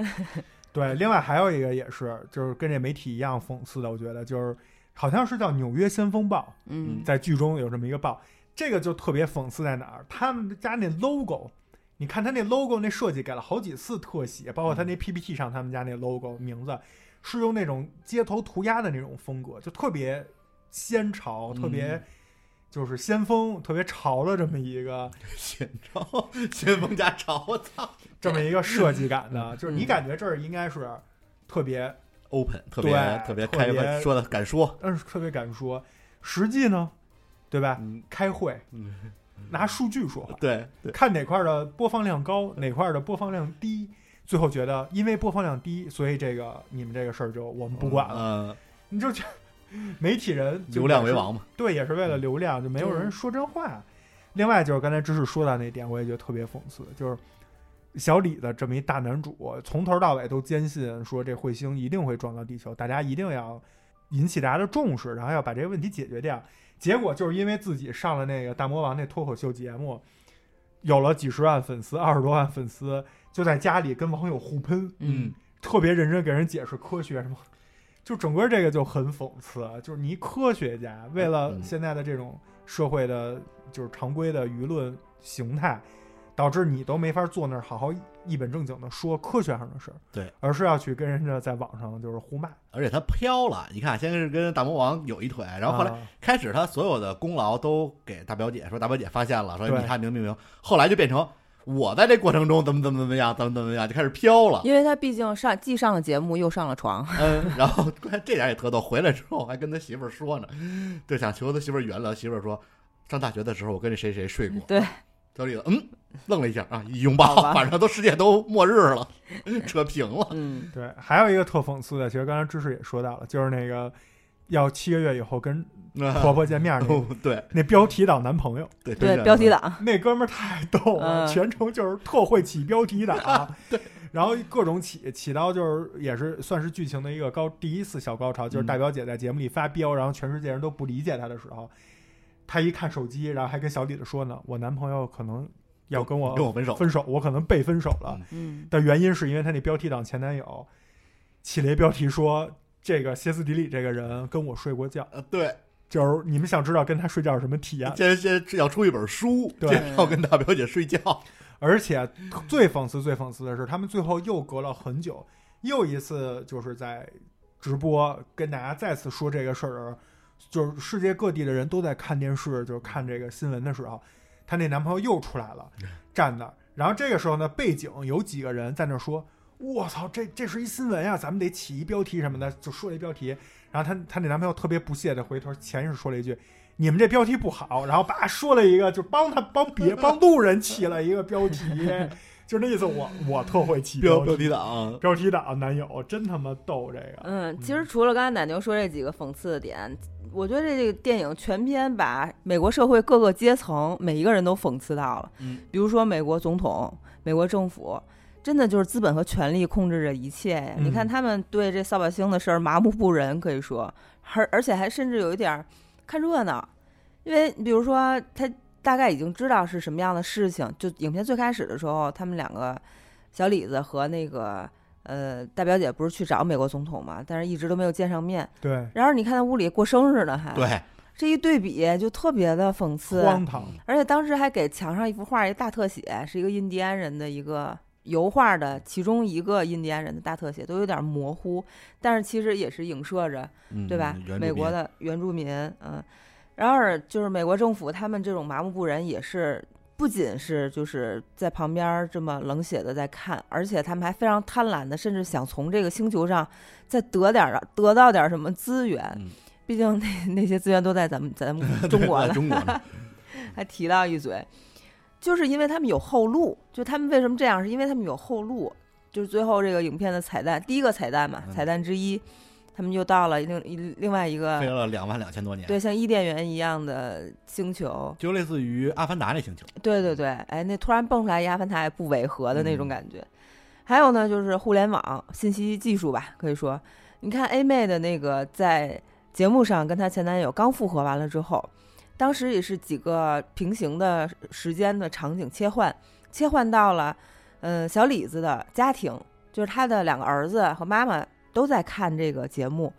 Speaker 1: 对，另外还有一个也是，就是跟这媒体一样讽刺的，我觉得就是好像是叫《纽约先锋报》，
Speaker 2: 嗯，
Speaker 1: 在剧中有这么一个报，这个就特别讽刺在哪儿？他们家那 logo，你看他那 logo 那设计改了好几次特写，包括他那 PPT 上他们家那 logo 名字是用那种街头涂鸦的那种风格，就特别先潮，特别
Speaker 3: 嗯
Speaker 1: 就是先锋，特别潮的这么一个
Speaker 3: 先潮先锋加潮，我操
Speaker 1: 这么一个设计感的，就是你感觉这儿应该是特别
Speaker 3: ，open 特别
Speaker 1: 对
Speaker 3: 特别
Speaker 1: 特
Speaker 3: 开
Speaker 1: 别
Speaker 3: 放，说的敢说，
Speaker 1: 但是特别敢说，实际呢，对吧？
Speaker 3: 嗯
Speaker 1: 开会
Speaker 3: 嗯，
Speaker 1: 拿数据说话。
Speaker 3: 对对，
Speaker 1: 看哪块儿的播放量高，哪块儿的播放量低，最后觉得因为播放量低，所以这个你们这个事儿就我们不管了。
Speaker 3: 嗯，
Speaker 1: 你就觉得 媒体人就
Speaker 3: 流量
Speaker 1: 也
Speaker 3: 为
Speaker 1: 是，
Speaker 3: 王嘛，
Speaker 1: 对，也是为了流量，就没有人说真话。另外就是刚才知识说到那点，我也觉得特别讽刺，就是小李子这么一大男主，从头到尾都坚信说这彗星一定会撞到地球，大家一定要引起大家的重视，然后要把这个问题解决掉。结果就是因为自己上了那个大魔王那脱口秀节目，有了几十万粉丝，二十多万粉丝，就在家里跟网友互喷，
Speaker 3: 嗯，
Speaker 1: 特别认真给人解释科学什么，就整个这个就很讽刺，啊就是你一科学家为了
Speaker 3: 嗯
Speaker 1: 现在的这种社会的，就是常规的舆论形态，导致你都没法坐那儿好好一本正经的说科学上的事儿，
Speaker 3: 对，
Speaker 1: 而是要去跟人家在网上就是互骂，
Speaker 3: 而且他飘了，你看先是跟大魔王有一腿，然后后来
Speaker 1: 啊
Speaker 3: 开始他所有的功劳都给大表姐，说大表姐发现了，说
Speaker 1: 对
Speaker 3: 你看明不明？后来就变成我在这过程中怎么怎么怎么样，怎么怎么样，就开始飘了。
Speaker 2: 因为他毕竟上既上了节目又上了床，
Speaker 3: 嗯， 然后关键这点也特逗，回来之后还跟他媳妇儿说呢，就想求他媳妇儿原谅。媳妇儿说，上大学的时候我跟那谁谁睡过，
Speaker 2: 对，
Speaker 3: 小李子嗯愣了一下啊，一拥
Speaker 2: 好
Speaker 3: 抱，
Speaker 2: 吧
Speaker 3: 反正都世界都末日了， 扯平了。
Speaker 2: 嗯，
Speaker 1: 对，还有一个特讽刺的，其实刚才知识也说到了，就是那个要七个月以后跟婆婆见面 儿那个，
Speaker 3: 对
Speaker 1: 那标题党男朋友，
Speaker 3: 对
Speaker 2: 对，标题
Speaker 3: 的，
Speaker 2: 党，
Speaker 1: 那哥们儿太逗了，
Speaker 2: 嗯
Speaker 1: 全程就是特会起标题党、 然后各种起起到就是也是算是剧情的一个高第一次小高潮，就是
Speaker 3: 嗯
Speaker 1: 大表姐在节目里发飙，然后全世界人都不理解她的时候，她一看手机，然后还跟小李子说呢，我男朋友可能要跟我
Speaker 3: 跟我分手，
Speaker 1: 分手，我可能被分手了。
Speaker 2: 嗯，
Speaker 1: 的原因是因为她那标题党前男友起了一标题说这个歇斯底里这个人跟我睡过觉，
Speaker 3: 呃，对，
Speaker 1: 就是你们想知道跟他睡觉是什么体验吗？
Speaker 3: 先先要出一本书，
Speaker 1: 对
Speaker 3: 介绍跟大表姐睡觉，
Speaker 1: 而且最讽刺、最讽刺的是，他们最后又隔了很久，又一次就是在直播跟大家再次说这个事儿，就是世界各地的人都在看电视，就是看这个新闻的时候，她那男朋友又出来了，站那儿。然后这个时候呢，背景有几个人在那儿说：“我操，这这是一新闻呀，咱们得起一标题什么的。”就说了一标题。然后她她那男朋友特别不屑的回头潜意识说了一句：“你们这标题不好。”然后叭说了一个，就帮他帮别帮路人起了一个标题，就那意思我。我特会起
Speaker 3: 标
Speaker 1: 标
Speaker 3: 标
Speaker 1: 题
Speaker 3: 题党，
Speaker 1: 标题党男友真他妈逗这个。
Speaker 2: 嗯，其实除了刚才奶牛说这几个讽刺的点，我觉得这个电影全篇把美国社会各个阶层每一个人都讽刺到了。
Speaker 3: 嗯，
Speaker 2: 比如说美国总统、美国政府，真的就是资本和权力控制着一切呀。
Speaker 1: 嗯
Speaker 2: 你看他们对这扫把星的事儿麻木不仁，可以说，而而且还甚至有一点儿看热闹，因为比如说他大概已经知道是什么样的事情。就影片最开始的时候，他们两个小李子和那个呃大表姐不是去找美国总统嘛，但是一直都没有见上面。
Speaker 1: 对，
Speaker 2: 然后你看他屋里过生日呢还，
Speaker 3: 对，
Speaker 2: 这一对比就特别的讽刺，
Speaker 1: 荒唐。
Speaker 2: 而且当时还给墙上一幅画一大特写，是一个印第安人的一个油画的其中一个印第安人的大特写，都有点模糊，但是其实也是影射着
Speaker 3: 嗯
Speaker 2: 对吧？
Speaker 3: 原
Speaker 2: 美
Speaker 3: 住民
Speaker 2: 国的原住民，嗯，然而就是美国政府他们这种麻木不仁也是。不仅是就是在旁边儿这么冷血的在看，而且他们还非常贪婪的，甚至想从这个星球上再得点儿得到点儿什么资源。
Speaker 3: 嗯
Speaker 2: 毕竟那那些资源都在咱们咱 们中国
Speaker 3: 对
Speaker 2: 呢。
Speaker 3: 中国呢，
Speaker 2: 还提到一嘴，就是因为他们有后路，就他们为什么这样，是因为他们有后路。就是最后这个影片的彩蛋，第一个彩蛋嘛，
Speaker 3: 嗯
Speaker 2: 彩蛋之一，他们又到了另另外一
Speaker 3: 飞
Speaker 2: 个
Speaker 3: 了两万两千多年，
Speaker 2: 对像伊甸园一样的星球，
Speaker 3: 就类似于《阿凡达》那星球，
Speaker 2: 对对对，哎，那突然蹦出来一阿凡达也不违和的那种
Speaker 3: 嗯
Speaker 2: 感觉。还有呢，就是互联网信息技术吧，可以说，你看 A 妹的那个在节目上跟她前男友刚复合完了之后，当时也是几个平行的时间的场景切换，切换到了，嗯，小李子的家庭，就是他的两个儿子和妈妈都在看这个节目。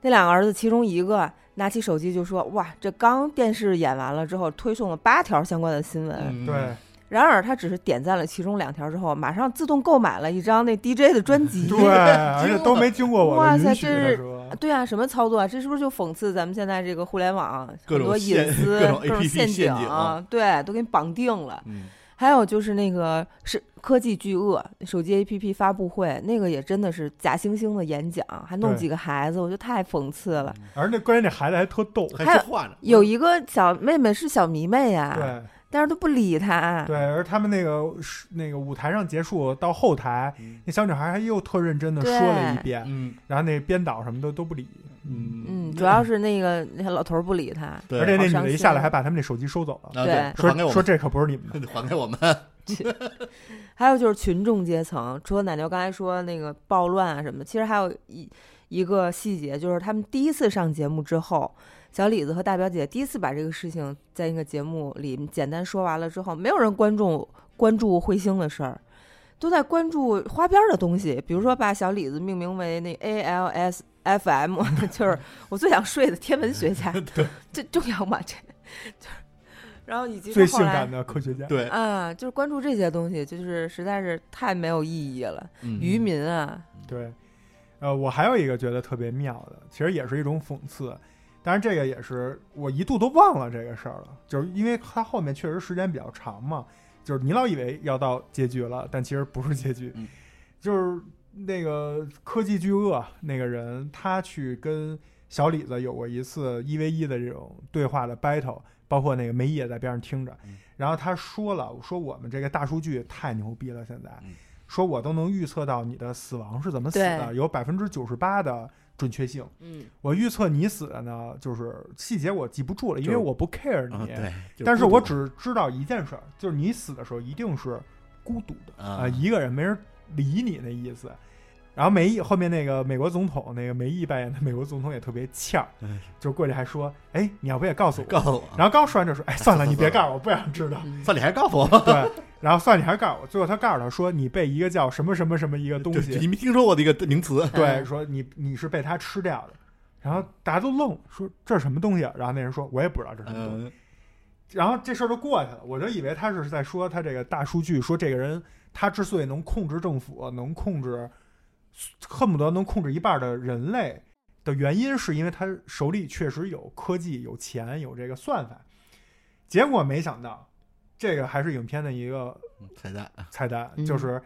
Speaker 2: 那两个儿子其中一个拿起手机就说：“哇，这刚电视演完了之后，推送了八条相关的新闻。
Speaker 3: 嗯
Speaker 1: 对，
Speaker 2: 然而他只是点赞了其中两条之后，马上自动购买了一张那 DJ 的专
Speaker 3: 嗯
Speaker 2: 辑。
Speaker 1: 对，而且都没经过我的
Speaker 2: 哇塞
Speaker 1: 允许
Speaker 2: 这
Speaker 1: 的
Speaker 2: 是
Speaker 1: 说，
Speaker 2: 对啊，什么操作啊？这是不是就讽刺咱们现在这个互联网
Speaker 3: 各
Speaker 2: 很
Speaker 3: 种
Speaker 2: 多
Speaker 3: 陷
Speaker 2: 隐私、
Speaker 3: 各
Speaker 2: 各
Speaker 3: 种 APP
Speaker 2: 陷
Speaker 3: 陷阱
Speaker 2: 啊？对，都给你绑定了。
Speaker 3: 嗯，
Speaker 2: 还有就是那个是科技巨鳄手机 APP 发布会，那个也真的是假惺惺的演讲，还弄
Speaker 1: 对
Speaker 2: 几个孩子，我觉得太讽刺了。
Speaker 1: 而那关键那孩子还特逗。
Speaker 3: 还说话呢，
Speaker 2: 有一个小妹妹是小迷妹
Speaker 3: 啊
Speaker 2: 呀、
Speaker 1: 对
Speaker 2: 但是都不理她。
Speaker 1: 对，而他们那个是那个舞台上结束到后台，
Speaker 3: 嗯
Speaker 1: 那小女孩还又特认真的说了一遍，
Speaker 3: 嗯
Speaker 1: 然后那编导什么的都不理，
Speaker 2: 嗯，主要是那个那老头儿不理她。
Speaker 3: 对，
Speaker 1: 而且那女
Speaker 2: 好伤
Speaker 1: 的一
Speaker 2: 心
Speaker 1: 下来还把他们那手机收走了，
Speaker 3: 啊
Speaker 2: 对
Speaker 1: 说
Speaker 3: 还给我
Speaker 1: 说
Speaker 3: 们，
Speaker 1: 这可不是你们的。
Speaker 3: 还给我们，
Speaker 2: 还有就是群众阶层，除了奶牛刚才说那个暴乱啊什么的，其实还有一一个细节，就是他们第一次上节目之后，小李子和大表姐第一次把这个事情在那个节目里简单说完了之后，没有人关注关注彗星的事儿，都在关注花边儿的东西，比如说把小李子命名为那 A L S F M，就是 我最想睡的天文学家，这重要吗？这，就是然后以及是
Speaker 1: 最
Speaker 2: 后
Speaker 1: 性
Speaker 2: 来
Speaker 1: 感的科学家，
Speaker 3: 对，
Speaker 2: 啊，就是关注这些东西，就是实在是太没有意义了。
Speaker 3: 嗯
Speaker 2: 渔民啊，
Speaker 1: 对，呃，我还有一个觉得特别妙的，其实也是一种讽刺，啊当然这个也是我一度都忘了这个事儿了，就是因为它后面确实时间比较长嘛，就是你老以为要到结局了，但其实不是结局，
Speaker 3: 嗯
Speaker 1: 就是那个科技巨鳄那个人，他去跟小李子有过一次一 v 一的这种对话的 battle，包括那个梅姨也在边上听着
Speaker 3: 嗯，
Speaker 1: 然后他说了，说我们这个大数据太牛逼了，现在
Speaker 3: 嗯
Speaker 1: 说我都能预测到你的死亡是怎么死的，有百分之九十八的准确性。
Speaker 2: 嗯，
Speaker 1: 我预测你死的呢，就是细节我记不住了，因为
Speaker 3: 就是
Speaker 1: 我不 care
Speaker 3: 嗯，
Speaker 1: 你，啊
Speaker 3: 对，就
Speaker 1: 但是
Speaker 3: 孤独
Speaker 1: 我只知道一件事儿，就是你死的时候一定是孤独的
Speaker 3: 啊
Speaker 1: 啊、一个人没人理你那意思。然后梅姨后面那个美国总统，那个梅姨扮演的美国总统也特别欠儿
Speaker 3: 嗯，
Speaker 1: 就是过去还说：“哎，你要不也告诉我
Speaker 3: 告诉我，
Speaker 1: 然后刚说完这说：“哎，算了，
Speaker 3: 算了
Speaker 1: 你别
Speaker 3: 算
Speaker 1: 告诉我，不想知 道。
Speaker 2: 嗯
Speaker 3: 算你还告诉我，”
Speaker 1: 对，然后算你还告诉我。最后他告诉他说：“你被一个叫什么什么什么一个东
Speaker 3: 对
Speaker 1: 西，
Speaker 3: 你没听说过的 一个名词，
Speaker 1: 对，
Speaker 2: 嗯
Speaker 1: 说你你是被他吃掉的。”然后大家都愣，说这是什么东西啊？然后那人说：“我也不知道这是什么东西。”
Speaker 3: 嗯，
Speaker 1: 然后这事儿就过去了，我就以为他是在说他这个大数据，说这个人他之所以能控制政府，能控制，恨不得能控制一半的人类的原因，是因为他手里确实有科技、有钱、有这个算法。结果没想到，这个还是影片的一个
Speaker 3: 彩蛋，
Speaker 1: 彩蛋，
Speaker 2: 嗯
Speaker 1: 就是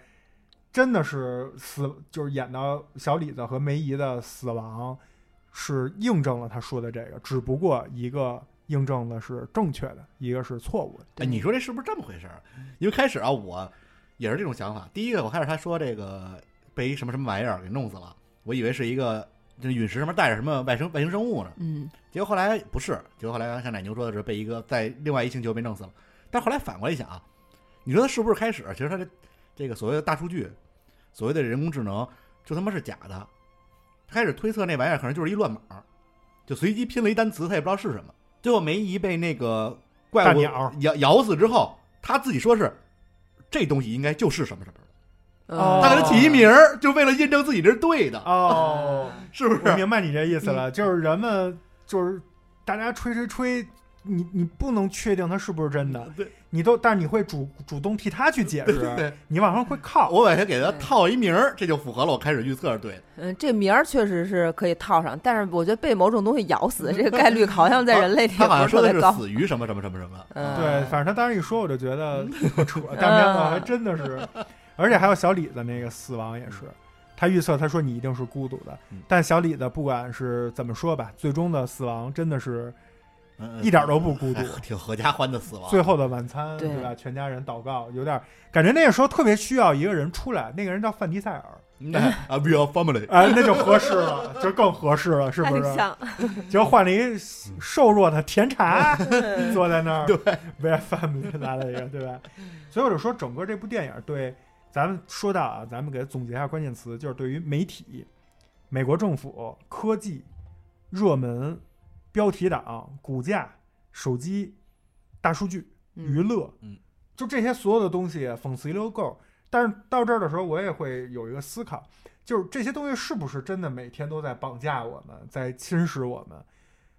Speaker 1: 真的是死，就是演到小李子和梅姨的死亡，是印证了他说的这个，只不过一个印证的是正确的，一个是错误的。
Speaker 3: 哎，你说这是不是这么回事儿？因为开始啊，我也是这种想法。第一个，我开始他说这个被一什么什么玩意儿给弄死了，我以为是一个这陨石上面带着什么外生外星生物呢。
Speaker 2: 嗯
Speaker 3: 结果后来不是，结果后来刚才像奶牛说的是被一个在另外一星球被弄死了。但后来反过来想啊，你说他是不是开始？其实他这这个所谓的大数据，所谓的人工智能，就他妈是假的。他开始推测那玩意儿可能就是一乱码儿，就随机拼了一单词，他也不知道是什么。最后梅姨被那个怪
Speaker 1: 大
Speaker 3: 物
Speaker 1: 鸟
Speaker 3: 咬咬死之后，他自己说是这东西应该就是什么什么，
Speaker 1: 哦
Speaker 3: 他给他起一名儿，就为了印证自己这是对的，
Speaker 1: 哦，
Speaker 3: 是不
Speaker 1: 我
Speaker 3: 是？
Speaker 1: 明白你这意思了，就是人们就是大家吹吹吹。你你不能确定它是不是真的，
Speaker 3: 对
Speaker 1: 你都但是你会主主动替他去解
Speaker 3: 对对
Speaker 1: 释，
Speaker 3: 对。
Speaker 1: 你往上会靠。
Speaker 3: 啊我把它给它套一名儿，这就符合了我开始预测是对的。
Speaker 2: 嗯，这名儿确实是可以套上，但是我觉得被某种东西咬 死这个概率好像在人类里也
Speaker 3: 他好
Speaker 2: 不
Speaker 3: 像
Speaker 2: 是
Speaker 3: 说
Speaker 2: 特
Speaker 3: 的
Speaker 2: 别
Speaker 3: 是
Speaker 2: 高。
Speaker 3: 死于什么什么什么什么，
Speaker 2: 嗯，
Speaker 1: 对，反正他当时一说，我就觉得特扯，但没想到还真的是，而且还有小李子那个死亡也是，他预测他说你一定是孤独的
Speaker 3: 嗯，
Speaker 1: 但小李子不管是怎么说吧，最终的死亡真的是
Speaker 3: 嗯
Speaker 1: 一点儿都不孤独
Speaker 3: 哎挺合家欢的死亡。
Speaker 1: 最后的晚餐，
Speaker 2: 对
Speaker 1: 对吧？全家人祷告，有点感觉那个时候特别需要一个人出来，那个人叫范迪塞尔，
Speaker 3: 哎啊，We are family，
Speaker 1: 哎，那就合适了，就更合适了，是
Speaker 2: 那
Speaker 1: 不
Speaker 2: 挺
Speaker 1: 是？
Speaker 2: 像，
Speaker 1: 结果换了一瘦弱的甜茶 坐在那儿，
Speaker 3: 对
Speaker 1: ，Where Family 来了一个，对吧？所以我就说，整个这部电影对咱们说到啊，咱们给它总结一下关键词，就是对于媒体、美国政府、科技、热门、标题党、股价、手机、大数据、娱乐，
Speaker 3: 嗯
Speaker 1: 就这些所有的东西讽刺一溜够。但是到这儿的时候，我也会有一个思考，就是这些东西是不是真的每天都在绑架我们，在侵蚀我们？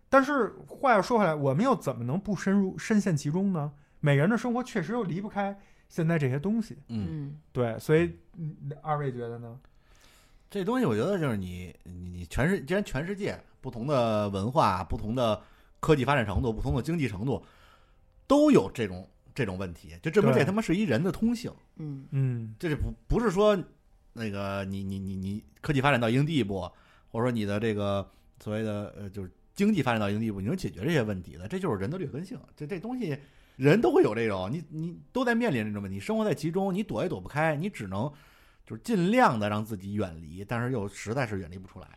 Speaker 1: 但是话又说回来，我们又怎么能不深入深陷其中呢？每个人的生活确实又离不开现在这些东西。
Speaker 3: 嗯，
Speaker 2: 嗯，
Speaker 1: 对，所以嗯二位觉得呢？
Speaker 3: 这东西我觉得就是你你你全世，既然全世界不同的文化、不同的科技发展程度、不同的经济程度，都有这种这种问题，就证明
Speaker 1: 对
Speaker 3: 这他妈是一人的通性。
Speaker 2: 嗯
Speaker 1: 嗯，
Speaker 3: 这是不不是说那个你你你你科技发展到一定地步，或者说你的这个所谓的呃就是经济发展到一定地步，你能解决这些问题的，这就是人的劣根性。这这东西人都会有这种，你你都在面临这种问题，生活在其中，你躲也躲不开，你只能就是尽量的让自己远离，但是又实在是远离不出来。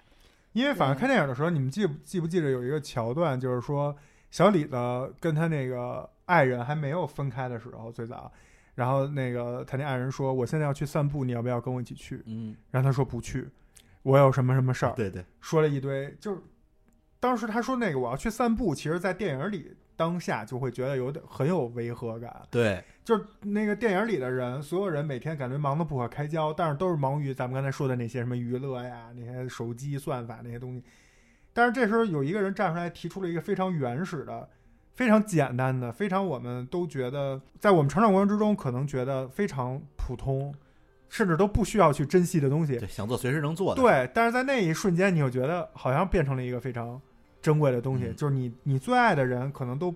Speaker 1: 因为反正
Speaker 2: 对
Speaker 1: 看电影的时候，你们记不记不记得有一个桥段，就是说小李子跟他那个爱人还没有分开的时候，最早，然后那个他那爱人说：“我现在要去散步，你要不要跟我一起去
Speaker 3: 嗯，？”
Speaker 1: 然后他说：“不去，我有什么什么事儿。”
Speaker 3: 对对，
Speaker 1: 说了一堆，就是当时他说那个我要去散步，其实，在电影里当下就会觉得有点很有违和感，
Speaker 3: 对，
Speaker 1: 就是那个电影里的人，所有人每天感觉忙得不可开交，但是都是忙于咱们刚才说的那些什么娱乐呀、那些手机算法那些东西。但是这时候有一个人站出来，提出了一个非常原始的、非常简单的、非常我们都觉得在我们成长过程之中可能觉得非常普通，甚至都不需要去珍惜的东西。
Speaker 3: 对，想做随时能做的。，
Speaker 1: 对，但是在那一瞬间，你又觉得好像变成了一个非常珍贵的东西，
Speaker 3: 嗯
Speaker 1: 就是你你最爱的人可能都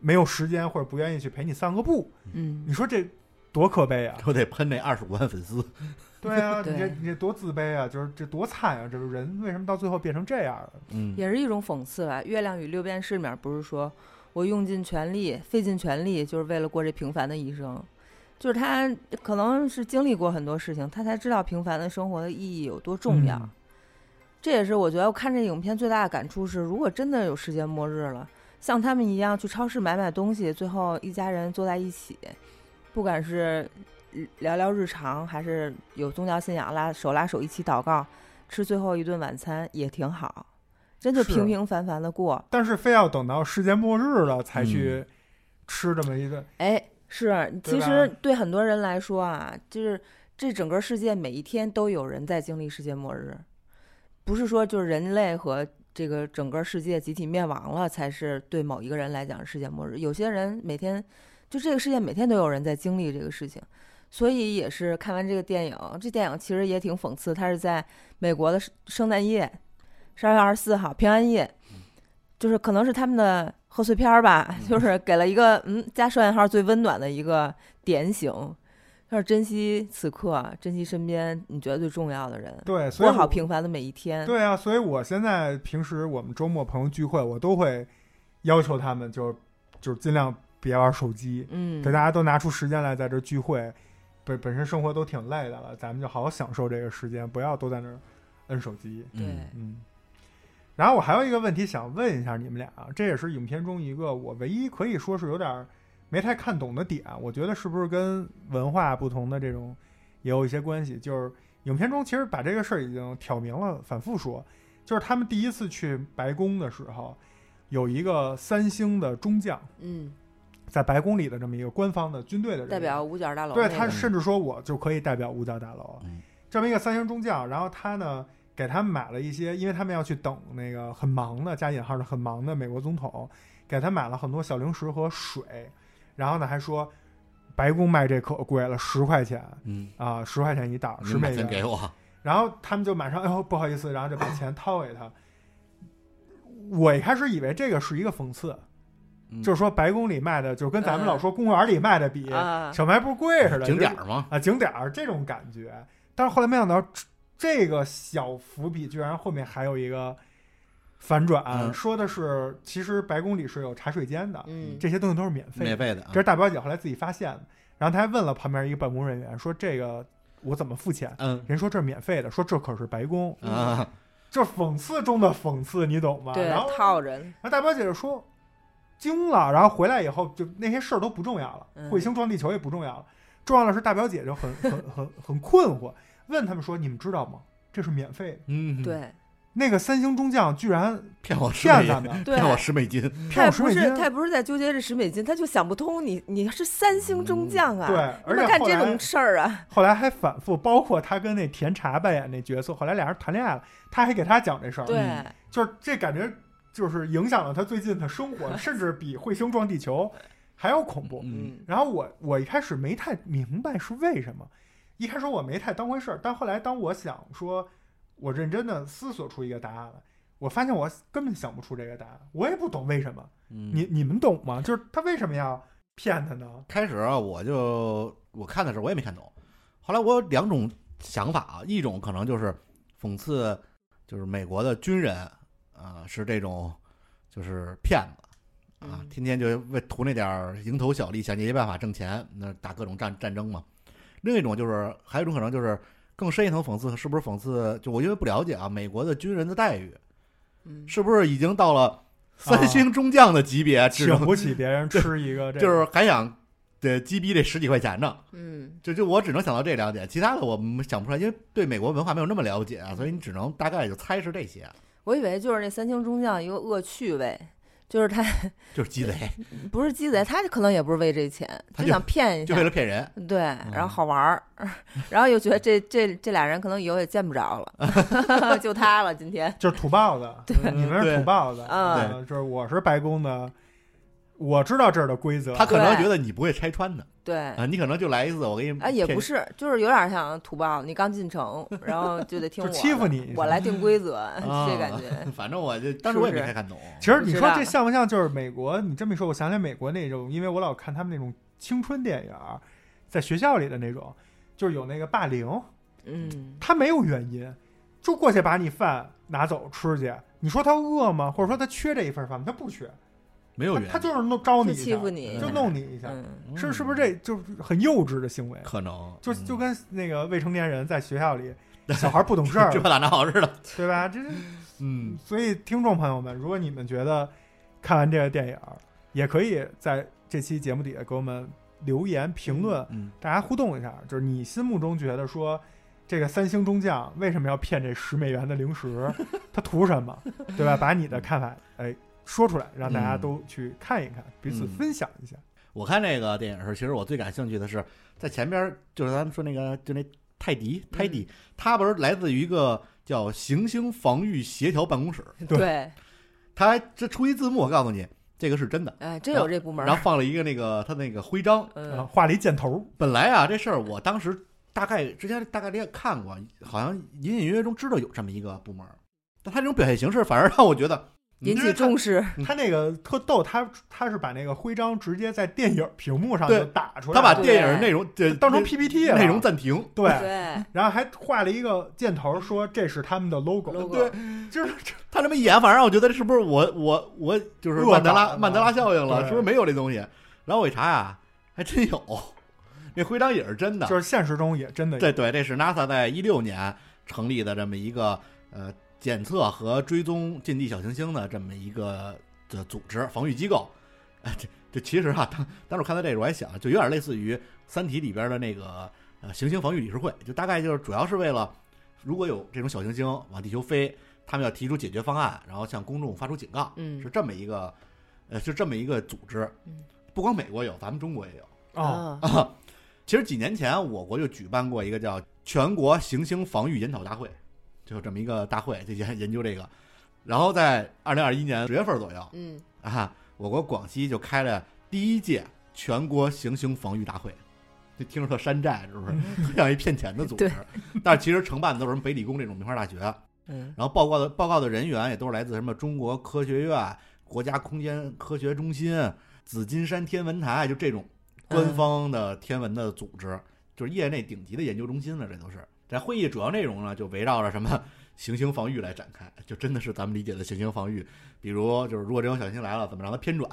Speaker 1: 没有时间或者不愿意去陪你散个步，
Speaker 2: 嗯
Speaker 1: 你说这多可悲啊！
Speaker 3: 我得喷那二十五万粉丝。
Speaker 1: 对 啊，你这
Speaker 2: 对
Speaker 1: 你这多自卑啊，就是这多惨啊！这人为什么到最后变成这样了？
Speaker 3: 嗯，
Speaker 2: 也是一种讽刺吧。《月亮与六便士》里面不是说我用尽全力、费尽全力，就是为了过这平凡的一生。就是他可能是经历过很多事情，他才知道平凡的生活的意义有多重要。
Speaker 1: 嗯
Speaker 2: 这也是我觉得我看这影片最大的感触是，如果真的有世界末日了，像他们一样去超市买买东西，最后一家人坐在一起，不管是聊聊日常，还是有宗教信仰拉手拉手一起祷告，吃最后一顿晚餐也挺好，真就是平平凡凡的过。
Speaker 1: 但是非要等到世界末日了才
Speaker 3: 嗯
Speaker 1: 去吃这么一顿，
Speaker 2: 哎，是，
Speaker 1: 对
Speaker 2: 其
Speaker 1: 吧
Speaker 2: 实对很多人来说啊，就是这整个世界每一天都有人在经历世界末日，不是说就是人类和这个整个世界集体灭亡了才是对某一个人来讲是世界末日。有些人每天就这个世界每天都有人在经历这个事情，所以也是看完这个电影，这电影其实也挺讽刺，它是在美国的圣圣诞夜，十二月二十四号平安夜，就是可能是他们的贺岁片儿吧， 就是给了一个嗯加双引号最温暖的一个典型，就是珍惜此刻，珍惜身边你觉得最重要的人，
Speaker 1: 对，所以
Speaker 2: 过好
Speaker 1: 我
Speaker 2: 平凡的每一天。
Speaker 1: 对啊，所以我现在平时我们周末朋友聚会，我都会要求他们就就是尽量别玩手机，
Speaker 2: 嗯，
Speaker 1: 对，大家都拿出时间来在这聚会，本本身生活都挺累的了，咱们就好好享受这个时间，不要都在那儿摁手机。
Speaker 3: 嗯
Speaker 1: 嗯。然后我还有一个问题想问一下你们俩，啊这也是影片中一个我唯一可以说是有点儿没太看懂的点，啊我觉得是不是跟文化不同的这种也有一些关系？就是影片中其实把这个事儿已经挑明了，反复说，就是他们第一次去白宫的时候，有一个三星的中将
Speaker 2: 嗯，
Speaker 1: 在白宫里的这么一个官方的军队的人员
Speaker 2: 代表五角大楼那
Speaker 1: 对
Speaker 2: 个，
Speaker 1: 他甚至说我就可以代表五角大楼，
Speaker 3: 嗯
Speaker 1: 这么一个三星中将，然后他呢给他们买了一些，因为他们要去等那个很忙的加引号的很忙的美国总统，给他买了很多小零食和水，然后呢还说白宫卖这可贵了，十块钱
Speaker 3: 嗯，
Speaker 1: 啊，十、块钱一袋儿，
Speaker 3: 你
Speaker 1: 十
Speaker 3: 把
Speaker 1: 美
Speaker 3: 钱给
Speaker 1: 元。
Speaker 3: 我，
Speaker 1: 然后他们就马上哎呦不好意思，然后就把钱掏给他。我一开始以为这个是一个讽刺，
Speaker 3: 嗯
Speaker 1: 就是说白宫里卖的，就是跟咱们老说公园里卖的比、
Speaker 2: 啊，
Speaker 1: 小卖部贵似的，就
Speaker 3: 景
Speaker 1: 是
Speaker 3: 点儿嘛，
Speaker 1: 啊景点儿这种感觉。但是后来没想到，这这个小伏笔居然后面还有一个反转，
Speaker 3: 嗯
Speaker 1: 说的是其实白宫里是有茶水间的，
Speaker 2: 嗯，
Speaker 1: 这些东西都是免费
Speaker 3: 免
Speaker 1: 的。
Speaker 3: 费的啊
Speaker 1: 这，是大表姐后来自己发现的，然后她还问了旁边一个办公人员说：“这个我怎么付钱
Speaker 3: 嗯？”
Speaker 1: 人说这是免费的，说这可是白宫，
Speaker 3: 啊，
Speaker 1: 就是讽刺中的讽刺，你懂吗？
Speaker 2: 对
Speaker 1: 然后，
Speaker 2: 套人，
Speaker 1: 然后大表姐就说惊了，然后回来以后就那些事儿都不重要了，
Speaker 2: 嗯
Speaker 1: 彗星撞地球也不重要了，重要的是大表姐就很很很很困惑，问他们说：“你们知道吗？这是免费的。
Speaker 3: 嗯，，
Speaker 2: 对
Speaker 1: 那个三星中将居然
Speaker 3: 骗我十
Speaker 1: 骗
Speaker 3: 美
Speaker 1: 咱
Speaker 3: 金，
Speaker 1: 们，
Speaker 2: 对
Speaker 3: 骗，我十美金，
Speaker 2: 他
Speaker 1: 骗
Speaker 2: 也
Speaker 1: 我十
Speaker 2: 不
Speaker 1: 美金
Speaker 2: 是，他也不是在纠结这十美金，他就想不通你你是三星中将啊，
Speaker 1: 对，
Speaker 2: 你
Speaker 1: 而且
Speaker 2: 怎么干
Speaker 1: 后
Speaker 2: 这
Speaker 1: 来
Speaker 2: 种事儿啊？
Speaker 1: 后来还反复，包括他跟那甜茶扮演那角色，后来俩人谈恋爱了，他还给他讲这事儿，
Speaker 2: 对，
Speaker 1: 就是这感觉就是影响了他最近的生活，甚至比彗星撞地球还要恐怖。
Speaker 3: 嗯，
Speaker 1: 然后我我一开始没太明白是为什么，一开始我没太当回事儿，但后来当我想说，我认真的思索出一个答案来，我发现我根本想不出这个答案，我也不懂为什么。你
Speaker 3: 你
Speaker 1: 你们懂吗？就是他为什么要骗他呢？
Speaker 3: 开始啊，我就我看的时候我也没看懂，后来我有两种想法啊，一种可能就是讽刺，就是美国的军人啊是这种就是骗子。啊
Speaker 2: 嗯，
Speaker 3: 天天就为图那点儿蝇头小利，想尽一切办法挣钱，那打各种战战争嘛。另一种就是，还有一种可能就是更深一层讽刺，是不是讽刺？就我因为不了解啊，美国的军人的待遇
Speaker 2: 嗯，
Speaker 3: 是不是已经到
Speaker 1: 啊
Speaker 3: 了三星中将的级别？只
Speaker 1: 请
Speaker 3: 能
Speaker 1: 不起别人吃一个这个，
Speaker 3: 就是还想得鸡逼这十几块钱呢。
Speaker 2: 嗯，
Speaker 3: 就就我只能想到这两点，其他的我们想不出来，因为对美国文化没有那么了解啊，所以你只能大概就猜是这些，啊
Speaker 2: 我以为就是那三星中将一个恶趣味，就是他
Speaker 3: 就是鸡贼，
Speaker 1: 嗯
Speaker 2: 不是鸡贼，他可能也不是为这钱，
Speaker 3: 他就
Speaker 2: 想骗一
Speaker 3: 就
Speaker 2: 下
Speaker 3: 为，了骗人。
Speaker 2: 对，
Speaker 1: 嗯
Speaker 2: 然后好玩儿， 然后又觉得这这这俩人可能以后也见不 着了， 就他了，今天，
Speaker 1: 就是土豹子，你们是土豹子
Speaker 2: 啊
Speaker 1: 嗯就是我是白宫的，我知道这儿的规则，
Speaker 3: 他可能觉得你不会拆穿的
Speaker 2: 对。
Speaker 1: 嗯
Speaker 3: 啊，你可能就来一次，我给你
Speaker 2: 啊，也
Speaker 3: 骗
Speaker 2: 不是，就是有点像土豹，你刚进城，然后就得听
Speaker 1: 就
Speaker 2: 我
Speaker 1: 欺负
Speaker 2: 的
Speaker 1: 你啊
Speaker 2: 我来定规则，这感觉。
Speaker 3: 反正我就当时我也没
Speaker 2: 是不
Speaker 3: 太
Speaker 2: 是
Speaker 3: 看懂。
Speaker 1: 其实你
Speaker 2: 知
Speaker 1: 说
Speaker 2: 道
Speaker 1: 这像不像就是美国？你这么一说，我想起美国那种，因为我老看他们那种青春电影儿，在学校里的那种，就是有那个霸凌，
Speaker 2: 嗯，
Speaker 1: 他没有原因，就过去把你饭拿走吃去。你说他饿吗？或者说他缺这一份饭吗？他不缺，
Speaker 3: 没有
Speaker 1: 他
Speaker 3: 原因，
Speaker 1: 他就是弄招你
Speaker 2: 就
Speaker 1: 一下，
Speaker 2: 欺负你，
Speaker 1: 就弄你一下，
Speaker 2: 嗯，
Speaker 3: 嗯
Speaker 1: 是是不是？这就是很幼稚的行为？
Speaker 3: 可能
Speaker 1: 就
Speaker 3: 嗯
Speaker 1: 就跟那个未成年人在学校里，小孩不懂嗯 事儿
Speaker 3: 这，怕哪好似的，
Speaker 1: 对吧？这是
Speaker 3: 嗯，
Speaker 1: 所以听众朋友们，如果你们觉得看完这个电影儿，也可以在这期节目底下给我们留言评论，
Speaker 3: 嗯
Speaker 1: 大家互动一下，就是你心目中觉得说这个三星中将为什么要骗这十美元的零 食，他图什么，对吧？把你的看法哎说出来，让大家都去看一看，彼此分享一下。
Speaker 3: 我看这个电影是，其实我最感兴趣的是在前边儿，就是咱们说那个，就那泰迪，泰迪，他不是来自于一个叫行星防御协调办公室，
Speaker 1: 对
Speaker 2: 对，
Speaker 3: 他还这出一字幕，我告诉你，这个是真的，
Speaker 2: 哎，真有这部门
Speaker 3: 然
Speaker 2: 儿，
Speaker 3: 后放了一个那个他那个徽章，
Speaker 1: 然后
Speaker 2: 嗯，
Speaker 1: 画了一呃箭头，
Speaker 3: 本来啊这事儿我当时大概之前大概也看过，好像隐隐约约中知道有这么一个部门儿，但他这种表现形式反而让我觉得
Speaker 2: 引起重视，
Speaker 3: 嗯
Speaker 1: 他那个特逗，他他是把那个徽章直接在电影屏幕上
Speaker 3: 对
Speaker 1: 就打出来
Speaker 3: 他
Speaker 1: 了，
Speaker 3: 把电影内容这
Speaker 1: 当成 PPT 了
Speaker 3: 内容暂停，
Speaker 1: 对
Speaker 2: 对，
Speaker 1: 然后还画了一个箭头，说这是他们的 logo。
Speaker 2: logo
Speaker 1: 对，就是这
Speaker 3: 他这么一演，反而让我觉得这是不是我我我就是
Speaker 1: 恶搞
Speaker 3: 曼德拉
Speaker 1: 了
Speaker 3: 曼德拉效应了，
Speaker 1: 对
Speaker 3: 是不是没有这东西？然后我一查啊，还真有，那徽章也是真的。
Speaker 1: 就是现实中也真的有
Speaker 3: 对对，这是 NASA 在一六年成立的这么一个呃检测和追踪近地小行星的这么一个的组织防御机构。哎，这这其实啊，当当时我看到这个，我还想，啊就有点类似于《三体》里边的那个呃行星防御理事会，就大概就是主要是为了如果有这种小行星往地球飞，他们要提出解决方案，然后向公众发出警告，
Speaker 2: 嗯
Speaker 3: 是这么一个呃是这么一个组织
Speaker 2: 嗯。
Speaker 3: 不光美国有，咱们中国也有。
Speaker 1: 哦，
Speaker 2: 啊，
Speaker 3: 啊，其实几年前我国就举办过一个叫全国行星防御研讨大会，就有这么一个大会，就研 研究这个。然后在二零二一年十月份左右
Speaker 2: 嗯，
Speaker 3: 啊，我国广西就开了第一届全国行星防御大会。这听着特山寨，是不 是？很像一骗钱的组织
Speaker 2: 对。
Speaker 3: 但是其实承办的都是什么北理工这种名牌大学，
Speaker 2: 嗯，
Speaker 3: 然后报告的报告的人员也都是来自什么中国科学院、国家空间科学中心、紫金山天文台，就这种官方的天文的组织，就是业内顶级的研究中心了。这都是在会议主要内容呢，就围绕着什么行星防御来展开，就真的是咱们理解的行星防御，比如就是如果这种小行星来了，怎么让它偏转，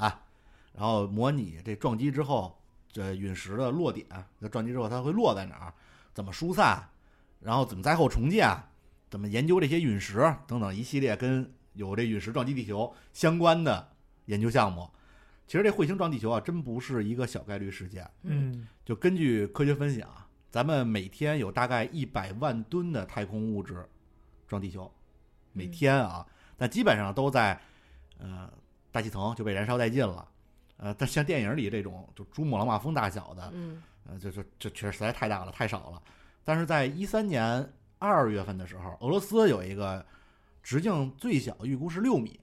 Speaker 3: 然后模拟这撞击之后这陨石的落点，那撞击之后它会落在哪儿，怎么疏散，然后怎么灾后重建。啊怎么研究这些陨石等等一系列跟有这陨石撞击地球相关的研究项目。其实这彗星撞地球啊，真不是一个小概率事件。
Speaker 1: 嗯，
Speaker 3: 就根据科学分析啊，咱们每天有大概一百万吨的太空物质撞地球，每天啊，但基本上都在呃大气层就被燃烧殆尽了。呃，但像电影里这种就珠穆朗玛峰大小的，
Speaker 2: 嗯，
Speaker 3: 呃，就就就确实实在太大了，太少了。但是在一三年二月份的时候，俄罗斯有一个直径最小预估是六米，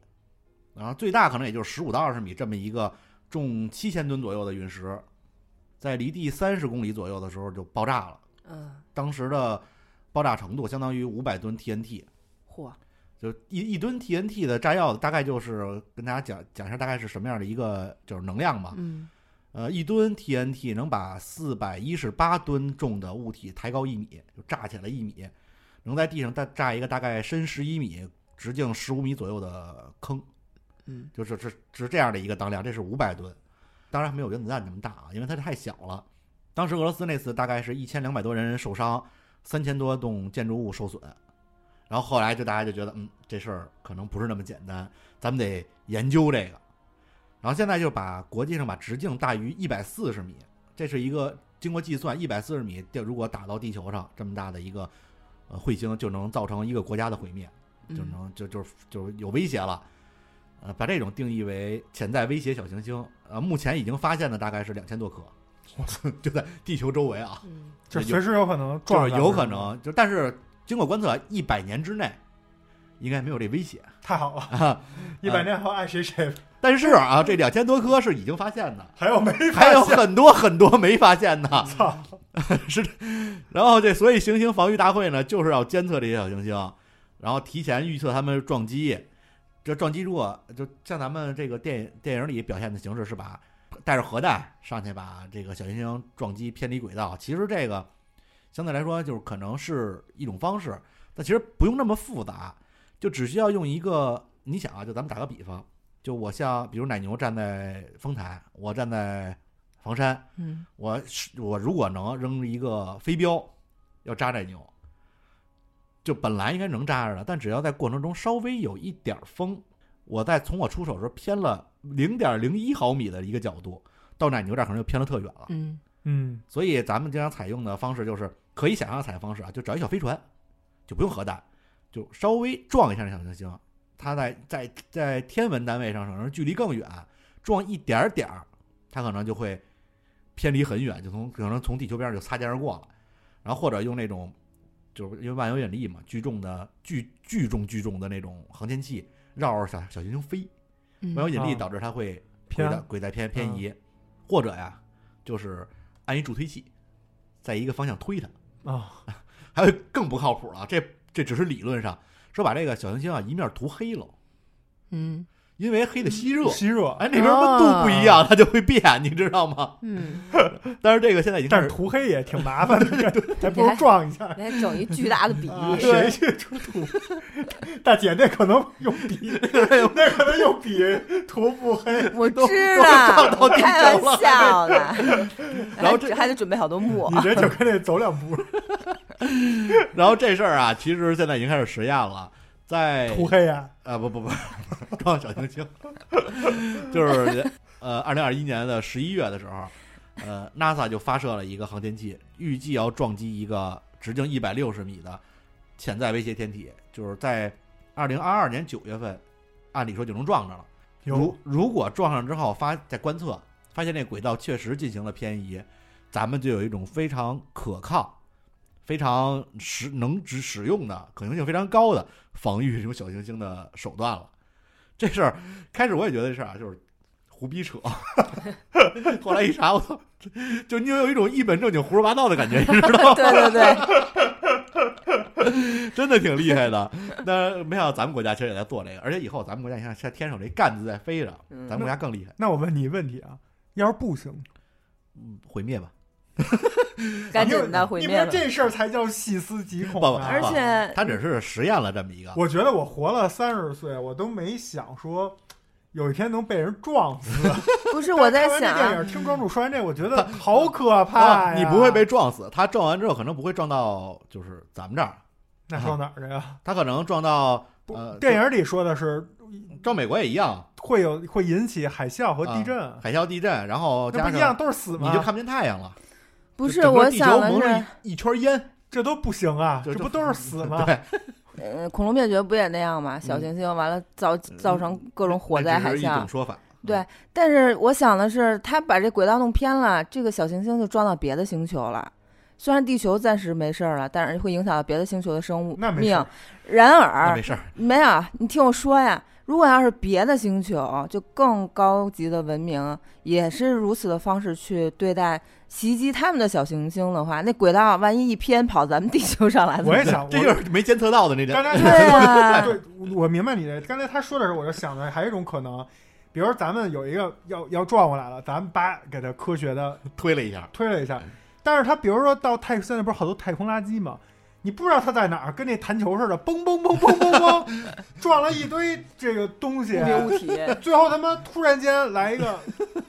Speaker 3: 然后最大可能也就是十五到二十米这么一个重七千吨左右的陨石，在离地三十公里左右的时候就爆炸了。
Speaker 2: 嗯，
Speaker 3: 当时的爆炸程度相当于五百吨 TNT，
Speaker 2: 嚯，
Speaker 3: 就一一吨 TNT 的炸药，大概就是跟大家讲讲一下大概是什么样的一个就是能量吧。
Speaker 2: 嗯，
Speaker 3: 呃，一吨 TNT 能把四百一十八吨重的物体抬高一米，就炸起来一米，能在地上大炸一个大概深十一米、直径十五米左右的坑，
Speaker 2: 嗯，
Speaker 3: 就是是是这样的一个当量，这是五百吨，当然没有原子弹那么大啊，因为它太小了。当时俄罗斯那次大概是一千两百多人受伤，三千多栋建筑物受损，然后后来就大家就觉得，嗯，这事儿可能不是那么简单，咱们得研究这个。然后现在就把国际上把直径大于一百四十米，这是一个经过计算，一百四十米掉如果打到地球上这么大的一个呃彗星，就能造成一个国家的毁灭，就
Speaker 2: 嗯
Speaker 3: 能就就就有威胁了。呃，把这种定义为潜在威胁小行星。呃，目前已经发现的大概是两千多颗，就在地球周围啊。
Speaker 2: 嗯，
Speaker 1: 就随时有可能
Speaker 3: 就
Speaker 1: 撞
Speaker 3: 是
Speaker 1: 上，
Speaker 3: 有可能，就但是经过观测，一百年之内应该没有这危险
Speaker 1: 太好了，
Speaker 3: 啊。
Speaker 1: 一百年后爱谁谁，
Speaker 3: 但是啊，这两千多颗是已经发现的，
Speaker 1: 还有没
Speaker 3: 还有
Speaker 1: 发现？
Speaker 3: 很多很多没发现呢。
Speaker 1: 操，
Speaker 3: 然后这所以行星防御大会呢，就是要监测这些小行星，然后提前预测它们撞击。这撞击如果就像咱们这个电影电影里表现的形式是把带着核弹上去把这个小行星撞击偏离轨道，其实这个相对来说就是可能是一种方式，但其实不用那么复杂，就只需要用一个，你想啊，就咱们打个比方，就我像比如奶牛站在丰台，我站在房山，
Speaker 2: 嗯，
Speaker 3: 我是我如果能扔一个飞镖，要扎奶牛，就本来应该能扎着的，但只要在过程中稍微有一点儿风，我在从我出手的时候偏了零点零一毫米的一个角度，到奶牛这儿可能就偏了特远了。
Speaker 2: 嗯，
Speaker 1: 嗯
Speaker 3: 所以咱们经常采用的方式就是可以想象的采用方式啊，就找一小飞船，就不用核弹，就稍微撞一下那小行星，它在在在天文单位上可能距离更远，撞一点儿点儿，它可能就会偏离很远，就从可能从地球边上就擦肩而过了。然后或者用那种就是因为万有引力嘛，聚重的聚聚重聚重的那种航天器绕着小小行星飞，
Speaker 2: 嗯
Speaker 3: 万有引力
Speaker 1: 啊
Speaker 3: 导致它会轨
Speaker 1: 偏嗯
Speaker 3: 在轨在偏偏移，或者呀，就是按一助推器，在一个方向推它。
Speaker 1: 啊，
Speaker 3: 还有更不靠谱了，啊这这只是理论上说把这个小行星啊一面涂黑了，
Speaker 2: 嗯
Speaker 3: 因为黑的吸热，
Speaker 1: 嗯吸哦热，
Speaker 3: 哎，那边温度不一样，它就会变，你知道吗？
Speaker 2: 嗯，
Speaker 3: 但是这个现在已经开
Speaker 1: 但
Speaker 3: 始
Speaker 1: 是涂黑也挺麻 烦的，还不如撞一下。
Speaker 2: 来整一巨大的比
Speaker 1: 啊，
Speaker 2: 例，
Speaker 1: 谁去涂涂？ 大姐，那可能用 笔，那可能用笔涂不黑。
Speaker 2: 我
Speaker 3: 都
Speaker 2: 知
Speaker 3: 都
Speaker 2: 道
Speaker 3: 撞到，地
Speaker 2: 开
Speaker 3: 球了
Speaker 2: 玩笑的，
Speaker 3: 然后
Speaker 2: 还
Speaker 3: 这
Speaker 2: 还得准备好多木
Speaker 1: 你，这就跟那走两步
Speaker 3: 然后这事儿啊，其实现在已经开始实验了，在
Speaker 1: 涂黑呀、
Speaker 3: 啊不不不，撞小行星，就是呃，二零二一年的十一月的时候，呃，NASA 就发射了一个航天器，预计要撞击一个直径一百六十米的潜在威胁天体，就是在二零二二年九月份，按理说就能撞着了。
Speaker 1: 有
Speaker 3: 如如果撞上之后发再观测，发现这轨道确实进行了偏移，咱们就有一种非常可靠、非常实能只使用的可行性非常高的防御这种小行星的手段了。 这事儿开始我也觉得这事儿啊就是胡逼扯， 后来一查，我操，就你有一种一本正经胡说八道的感觉， 你知道吗？
Speaker 2: 对对 对，
Speaker 3: 真的挺厉害的。但没想到咱们国家其实也在做这个，而且以后咱们国家你看现在天上有这杆子在飞着，
Speaker 2: 嗯
Speaker 3: 咱们国家更厉害。
Speaker 1: 那我问你一问题啊，要是不行，
Speaker 3: 嗯，毁灭吧。
Speaker 2: 赶紧的毁灭
Speaker 1: 你们
Speaker 2: 吧。
Speaker 1: 这事儿才叫细思极恐、
Speaker 3: 不不
Speaker 1: 啊。
Speaker 2: 而且，
Speaker 3: 他只是实验了这么一个，
Speaker 1: 我觉得我活了三十岁，我都没想说有一天能被人撞死。
Speaker 2: 不是我在
Speaker 1: 看完这
Speaker 2: 想啊，
Speaker 1: 电影听庄主说完这，我觉得好可怕、
Speaker 3: 啊，
Speaker 1: 哎呀
Speaker 3: 你不会被撞死。他撞完之后可能不会撞到就是咱们这儿，
Speaker 1: 那撞哪儿去呀？
Speaker 3: 他可能撞到
Speaker 1: 不
Speaker 3: 呃，
Speaker 1: 电影里说的是
Speaker 3: 撞美国也一样，啊
Speaker 1: 会有会引起海啸和地震，
Speaker 3: 海啸、地震，然后
Speaker 1: 那
Speaker 3: 加
Speaker 1: 不一样
Speaker 3: 上
Speaker 1: 都是死吗？
Speaker 3: 你就看不见太阳了。
Speaker 2: 不
Speaker 3: 就是整个
Speaker 2: 我
Speaker 3: 地球
Speaker 2: 想的
Speaker 3: 蒙
Speaker 2: 是
Speaker 3: 着，一一圈烟，
Speaker 1: 这都不行啊，
Speaker 3: 就
Speaker 1: 这
Speaker 3: 就
Speaker 1: 不都是死吗？
Speaker 3: 对，
Speaker 2: 呃，恐龙灭绝不也那样吗？小
Speaker 3: 嗯
Speaker 2: 行星完了造造成各种火灾、
Speaker 3: 这
Speaker 2: 海
Speaker 3: 只是一
Speaker 2: 啸
Speaker 3: 种，说法。嗯
Speaker 2: 对，但是我想的是，他把这轨道弄偏了，这个小行星就撞到别的星球了。虽然地球暂时没事儿了，但是会影响到别的星球的生物
Speaker 1: 那没事
Speaker 2: 命
Speaker 1: 儿。
Speaker 2: 然
Speaker 3: 那
Speaker 2: 而
Speaker 3: 没，事儿，
Speaker 2: 没有，你听我说呀，如果要是别的星球，就更高级的文明也是如此的方式去对待袭击他们的小行星的话，那轨道万一一偏跑咱们地球上来，
Speaker 1: 我也想，
Speaker 3: 这
Speaker 1: 我
Speaker 3: 就是没监测到的那点
Speaker 1: 刚。才
Speaker 2: 对
Speaker 3: 嗯
Speaker 2: 啊
Speaker 1: 哎 对，我明白你的。刚才他说的时候，我就想的还有一种可能，比如咱们有一个要要撞过来了，咱们叭给他科学的
Speaker 3: 推了一下，
Speaker 1: 推了一下，但是他比如说到太现在不是好多太空垃圾吗？你不知道他在哪儿，跟那弹球似的，嘣嘣嘣嘣嘣 嘣，撞了一堆这个东西，
Speaker 2: 物体
Speaker 1: 最后他妈突然间来一 个，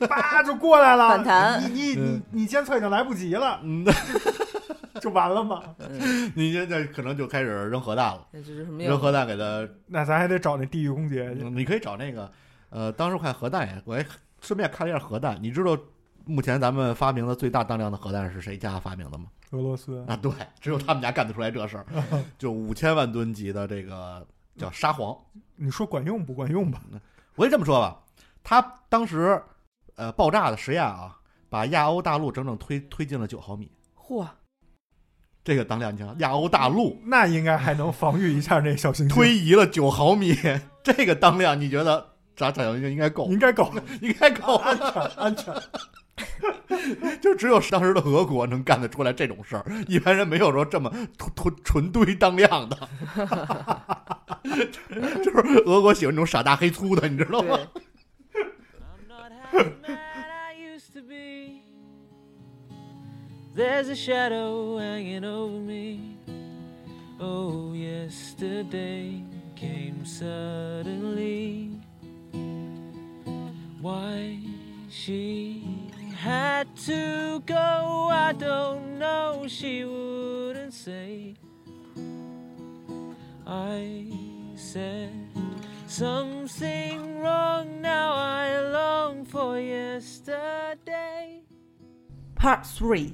Speaker 1: 叭就过来了，
Speaker 2: 反弹哎
Speaker 1: 你你你
Speaker 3: 嗯
Speaker 1: 你监测已经来不及了，
Speaker 3: 嗯，那
Speaker 1: 就完了 嘛。
Speaker 3: 你这这可能就开始扔核弹了，
Speaker 2: 那就是命
Speaker 3: 扔核弹给它
Speaker 1: 那咱还得找那地狱公爵去。
Speaker 3: 嗯你可以找那个，呃，当时我看核弹也，我也顺便看了一下核弹。你知道目前咱们发明的最大当量的核弹是谁家发明的吗？
Speaker 1: 俄罗斯
Speaker 3: 啊，对，只有他们家干得出来这事儿，就五千万吨级的这个叫沙皇。
Speaker 1: 你说管用不管用吧？
Speaker 3: 我也这么说吧，他当时呃爆炸的实验啊，把亚欧大陆整整推推进了九毫米，
Speaker 2: 嚯，
Speaker 3: 这个当量你想亚欧大陆
Speaker 1: 那应该还能防御一下那小行星，
Speaker 3: 推移了九毫米， 这个当量你觉得咱咱们就应该够，
Speaker 1: 应该够
Speaker 3: 应该够。
Speaker 1: 安全安全。
Speaker 3: 就只有当时的俄国能干得出来这种事儿，一般人没有说这么纯纯纯堆当量的，就是俄国喜欢这种傻大黑粗的，你知道吗？
Speaker 2: 对，
Speaker 7: I'm not half the man I used to be. There's a shadow hanging over me. Oh, yesterday came suddenly. Why she had to go, I don't know, she wouldn't say. I said something wrong, now I long for yesterday.
Speaker 5: Part Three，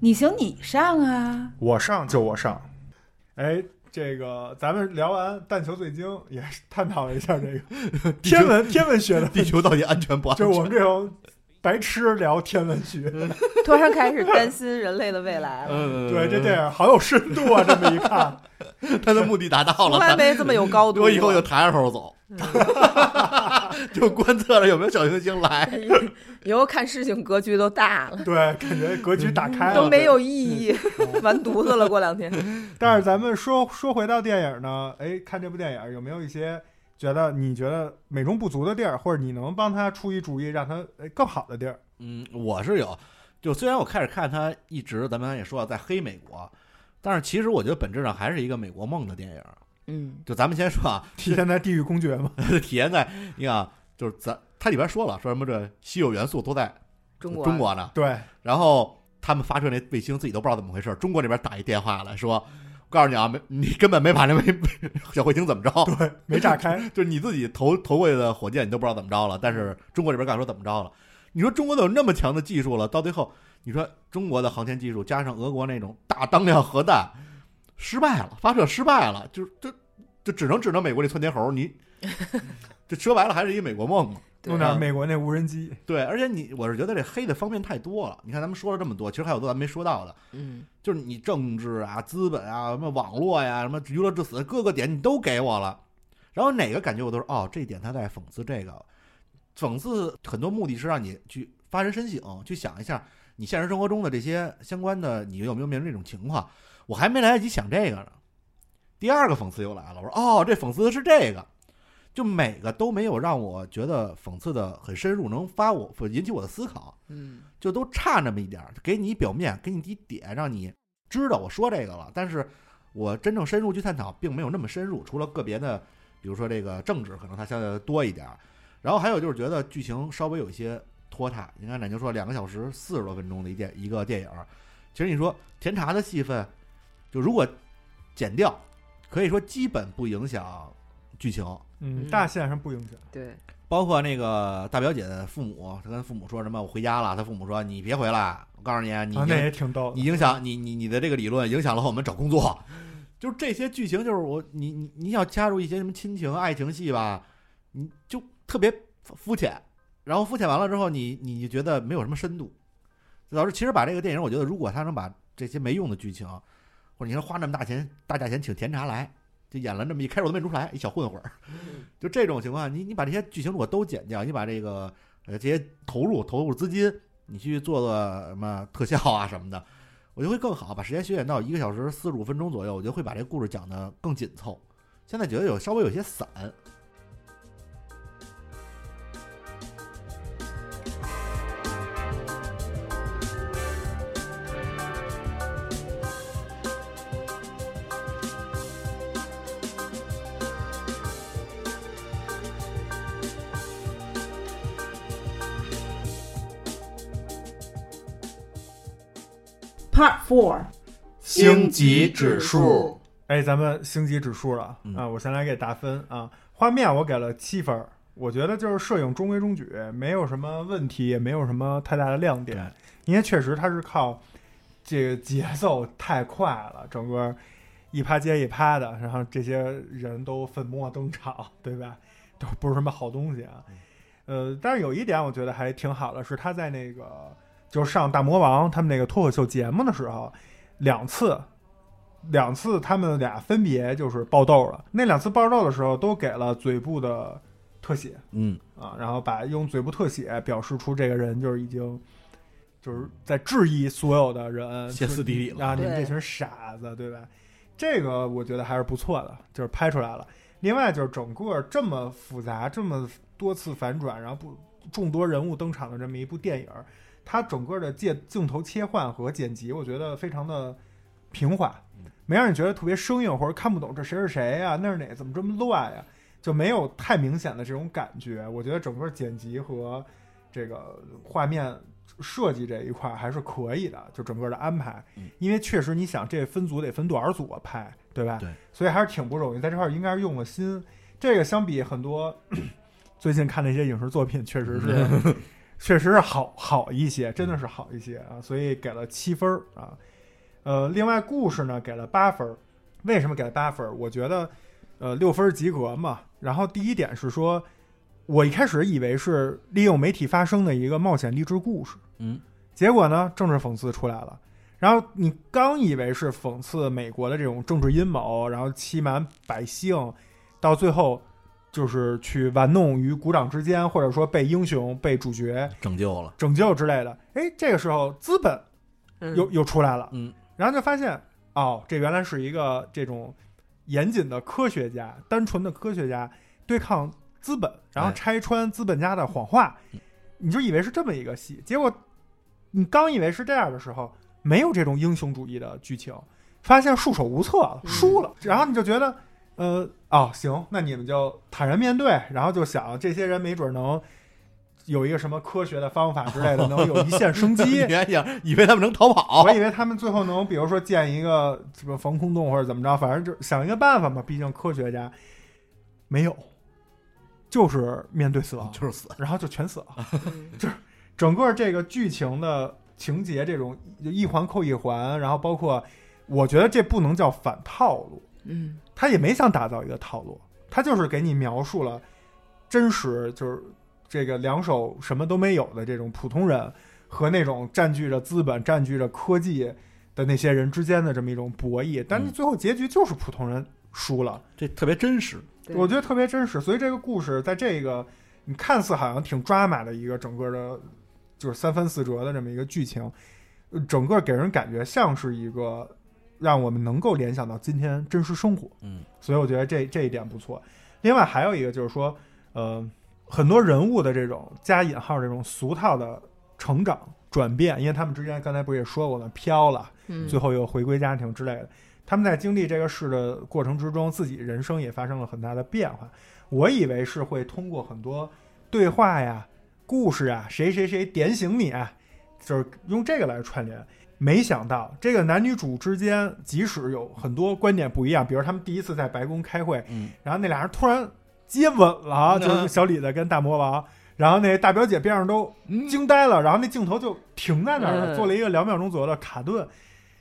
Speaker 5: 你行你上啊！
Speaker 1: 我上就我上。哎，这个咱们聊完但求最精，也是探讨了一下这个 天文天文学的问
Speaker 3: 地
Speaker 1: 题，
Speaker 3: 球到底安全不安
Speaker 1: 就
Speaker 3: 全？
Speaker 1: 是我们这种白痴聊天文学。
Speaker 2: 突然开始担心人类的未来 了，
Speaker 3: 嗯，
Speaker 1: 对，这电影好有深度啊！ 这么一看，
Speaker 3: 他的目的达到了，
Speaker 2: 从来没这么有高度
Speaker 3: 我
Speaker 2: 过。
Speaker 3: 以后就抬着头走，就观测着有没有小行星来。
Speaker 2: 以后看事情格局都大 了，
Speaker 1: 对，感觉格局打开
Speaker 2: 都
Speaker 1: 了。
Speaker 2: 没有意义， 完犊子了。过两 天，
Speaker 1: 但是咱们说说回到电影呢，哎，看这部电影有没有一些觉得你觉得美中不足的地儿，或者你能帮他出一主意，让他哎更好的地儿？
Speaker 3: 嗯，我是有，就虽然我开始看他一直，咱们刚才也说了，在黑美国，但是其实我觉得本质上还是一个美国梦的电影。
Speaker 2: 嗯，
Speaker 3: 就咱们先说啊，
Speaker 1: 体现在地狱公爵 嘛，
Speaker 3: 体现在你看，啊，就是咱它里边说了，说什么这稀有元素都在
Speaker 2: 中国，
Speaker 3: 中，国呢，
Speaker 1: 对，
Speaker 3: 然后他们发射那卫星，自己都不知道怎么回事儿。中国那边打一电话来说，我告诉你啊，没你根本没把那卫 小彗星怎么着，
Speaker 1: 没炸开，
Speaker 3: 就是你自己投投过去的火箭，你都不知道怎么着了。但是中国这边告诉说怎么着了。你说中国都有那么强的技术了，到最后你说中国的航天技术加上俄国那种大当量核弹，失败了，发射失败了，就就就只能指着美国这窜天猴，你 这说白了还是一美国梦嘛。
Speaker 1: 弄
Speaker 3: 啊
Speaker 1: 点美国那无人机，
Speaker 3: 对，而且你我是觉得这黑的方面太多了。你看咱们说了这么多，其实还有多咱没说到的，
Speaker 2: 嗯，
Speaker 3: 就是你政治啊、资本啊、什么网络呀、什么娱乐至死各个点你都给我了，然后哪个感觉我都是哦，这一点他在讽刺这个，讽刺很多目的是让你去发人深省，去想一下你现实生活中的这些相关的，你有没有面临这种情况？我还没来得及想这个呢，第二个讽刺又来了，我说哦，这讽刺的是这个。就每个都没有让我觉得讽刺的很深入，能发我引起我的思考。
Speaker 2: 嗯，
Speaker 3: 就都差那么一点儿，给你表面，给你一点，让你知道我说这个了。但是我真正深入去探讨，并没有那么深入，除了个别的，比如说这个政治，可能它相对的多一点儿。然后还有就是觉得剧情稍微有一些拖沓。你看，奶牛说两个小时四十多分钟的一电一个电影儿，其实你说甜茶的戏份，就如果剪掉，可以说基本不影响剧情。
Speaker 1: 嗯，
Speaker 2: 嗯
Speaker 1: 大线上不影响，
Speaker 2: 对，
Speaker 3: 包括那个大表姐的父母，她跟父母说什么我回家了，她父母说你别回来，我告诉你，你
Speaker 1: 啊，
Speaker 3: 已
Speaker 1: 那
Speaker 3: 经
Speaker 1: 也挺逗的
Speaker 3: 你。影响你你你的这个理论影响了我们找工作，就是这些剧情，就是我你你你要加入一些什么亲情、爱情戏吧，你就特别肤肤浅，然后肤浅完了之后，你你就觉得没有什么深度。老师，其实把这个电影，我觉得如果他能把这些没用的剧情，或者你说花那么大钱大价钱请甜茶来，就演了这么一开始我都没出来，一小混混儿，就这种情况，你你把这些剧情如果都剪掉，你把这个呃这些投入投入资金，你去做做什么特效啊什么的，我觉得会更好，把时间削减到一个小时四十五分钟左右，我觉得会把这故事讲得更紧凑。现在觉得有稍微有些散，
Speaker 5: Part Four，
Speaker 1: 嗯
Speaker 3: 星级指数，
Speaker 1: 哎，咱们星级指数了
Speaker 3: 嗯
Speaker 1: 啊！我先来给打分啊，画面我给了七分儿，我觉得就是摄影中规中矩，没有什么问题，也没有什么太大的亮点
Speaker 3: 对，
Speaker 1: 因为确实它是靠这个节奏太快了，整个一趴接一趴的，然后这些人都粉墨登场，对吧？都不是什么好东西啊。
Speaker 3: 嗯
Speaker 1: 呃，但是有一点我觉得还挺好的，是他在那个就是上大魔王他们那个脱口秀节目的时候，两次两次他们俩分别就是爆痘了。那两次爆痘的时候都给了嘴部的特写
Speaker 3: 嗯，
Speaker 1: 啊，然后把用嘴部特写表示出这个人就是已经就是在质疑所有的人
Speaker 3: 歇斯底里了
Speaker 1: 啊，你们
Speaker 2: 对
Speaker 1: 这群傻子，对吧？这个我觉得还是不错的，就是拍出来了。另外就是整个这么复杂、这么多次反转，然后不众多人物登场的这么一部电影儿，它整个的借镜头切换和剪辑，我觉得非常的平缓，没让你觉得特别生硬或者看不懂这谁是谁呀、那是哪，怎么这么乱呀、就没有太明显的这种感觉。我觉得整个剪辑和这个画面设计这一块儿还是可以的，就整个的安排，
Speaker 3: 嗯
Speaker 1: 因为确实你想这分组得分多少组啊拍，对吧？
Speaker 3: 对，
Speaker 1: 所以还是挺不容易，在这块儿应该是用了心。这个相比很多 最近看的一些影视作品，确实
Speaker 3: 嗯
Speaker 1: 是 确实是好好一些，真的是好一些啊，所以给了七分儿啊。呃，另外故事呢给了八分儿，为什么给了八分儿？我觉得呃六分儿及格嘛。然后第一点是说，我一开始以为是利用媒体发声的一个冒险励志故事，
Speaker 3: 嗯，
Speaker 1: 结果呢政治讽刺出来了。然后你刚以为是讽刺美国的这种政治阴谋，然后欺瞒百姓，到最后就是去玩弄于股掌之间，或者说被英雄、被主角
Speaker 3: 拯救了，
Speaker 1: 拯救之类的。哎，这个时候资本
Speaker 2: 嗯
Speaker 1: 又又出来了，
Speaker 3: 嗯，
Speaker 1: 然后就发现哦，这原来是一个这种严谨的科学家，单纯的科学家对抗资本，然后
Speaker 3: 哎嗯
Speaker 1: 拆穿资本家的谎话，你就以为是这么一个戏，结果你刚以为是这样的时候，没有这种英雄主义的剧情，发现束手无策了，
Speaker 3: 嗯
Speaker 1: 输了，然后你就觉得。呃，哦，行，那你们就坦然面对，然后就想这些人没准能有一个什么科学的方法之 类的，能有一线生机，
Speaker 3: 原想以为他们能逃跑
Speaker 1: 我，以为他们最后能，比如说建一个什么防空洞或者怎么着，反正就想一个办法嘛。毕竟科学家没有，就是面对死亡，
Speaker 3: 就是死，
Speaker 1: 然后就全死了。
Speaker 2: 嗯
Speaker 1: 整个这个剧情的情节，这种一环扣一环，然后包括，我觉得这不能叫反套路，
Speaker 2: 嗯
Speaker 1: 他也没想打造一个套路，他就是给你描述了真实，就是这个两手什么都没有的这种普通人和那种占据着资本、占据着科技的那些人之间的这么一种博弈。但是
Speaker 3: 嗯
Speaker 1: 最后结局就是普通人输了，
Speaker 3: 这特别真实，
Speaker 2: 对
Speaker 1: 我觉得特别真实。所以这个故事在这个你看似好像挺抓马的一个整个的，就是三番四折的这么一个剧情，呃整个给人感觉像是一个让我们能够联想到今天真实生活。
Speaker 3: 嗯，
Speaker 1: 所以我觉得这这一点不错。另外还有一个就是说，呃，很多人物的这种加引号这种俗套的成长转变，因为他们之间刚才不是也说过了，飘了，
Speaker 2: 嗯
Speaker 1: 最后又回归家庭之类的。他们在经历这个事的过程之中，自己人生也发生了很大的变化。我以为是会通过很多对话呀、故事啊，谁谁谁点醒你啊，就是用这个来串联。没想到这个男女主之间，即使有很多观点不一样，比如他们第一次在白宫开会，
Speaker 3: 嗯，
Speaker 1: 然后那俩人突然接吻了，
Speaker 3: 嗯
Speaker 1: 就是小李子跟大魔王，然后那大表姐边上都惊呆了，然后那镜头就停在那儿了，
Speaker 2: 嗯
Speaker 1: 做了一个两秒钟左右的卡顿，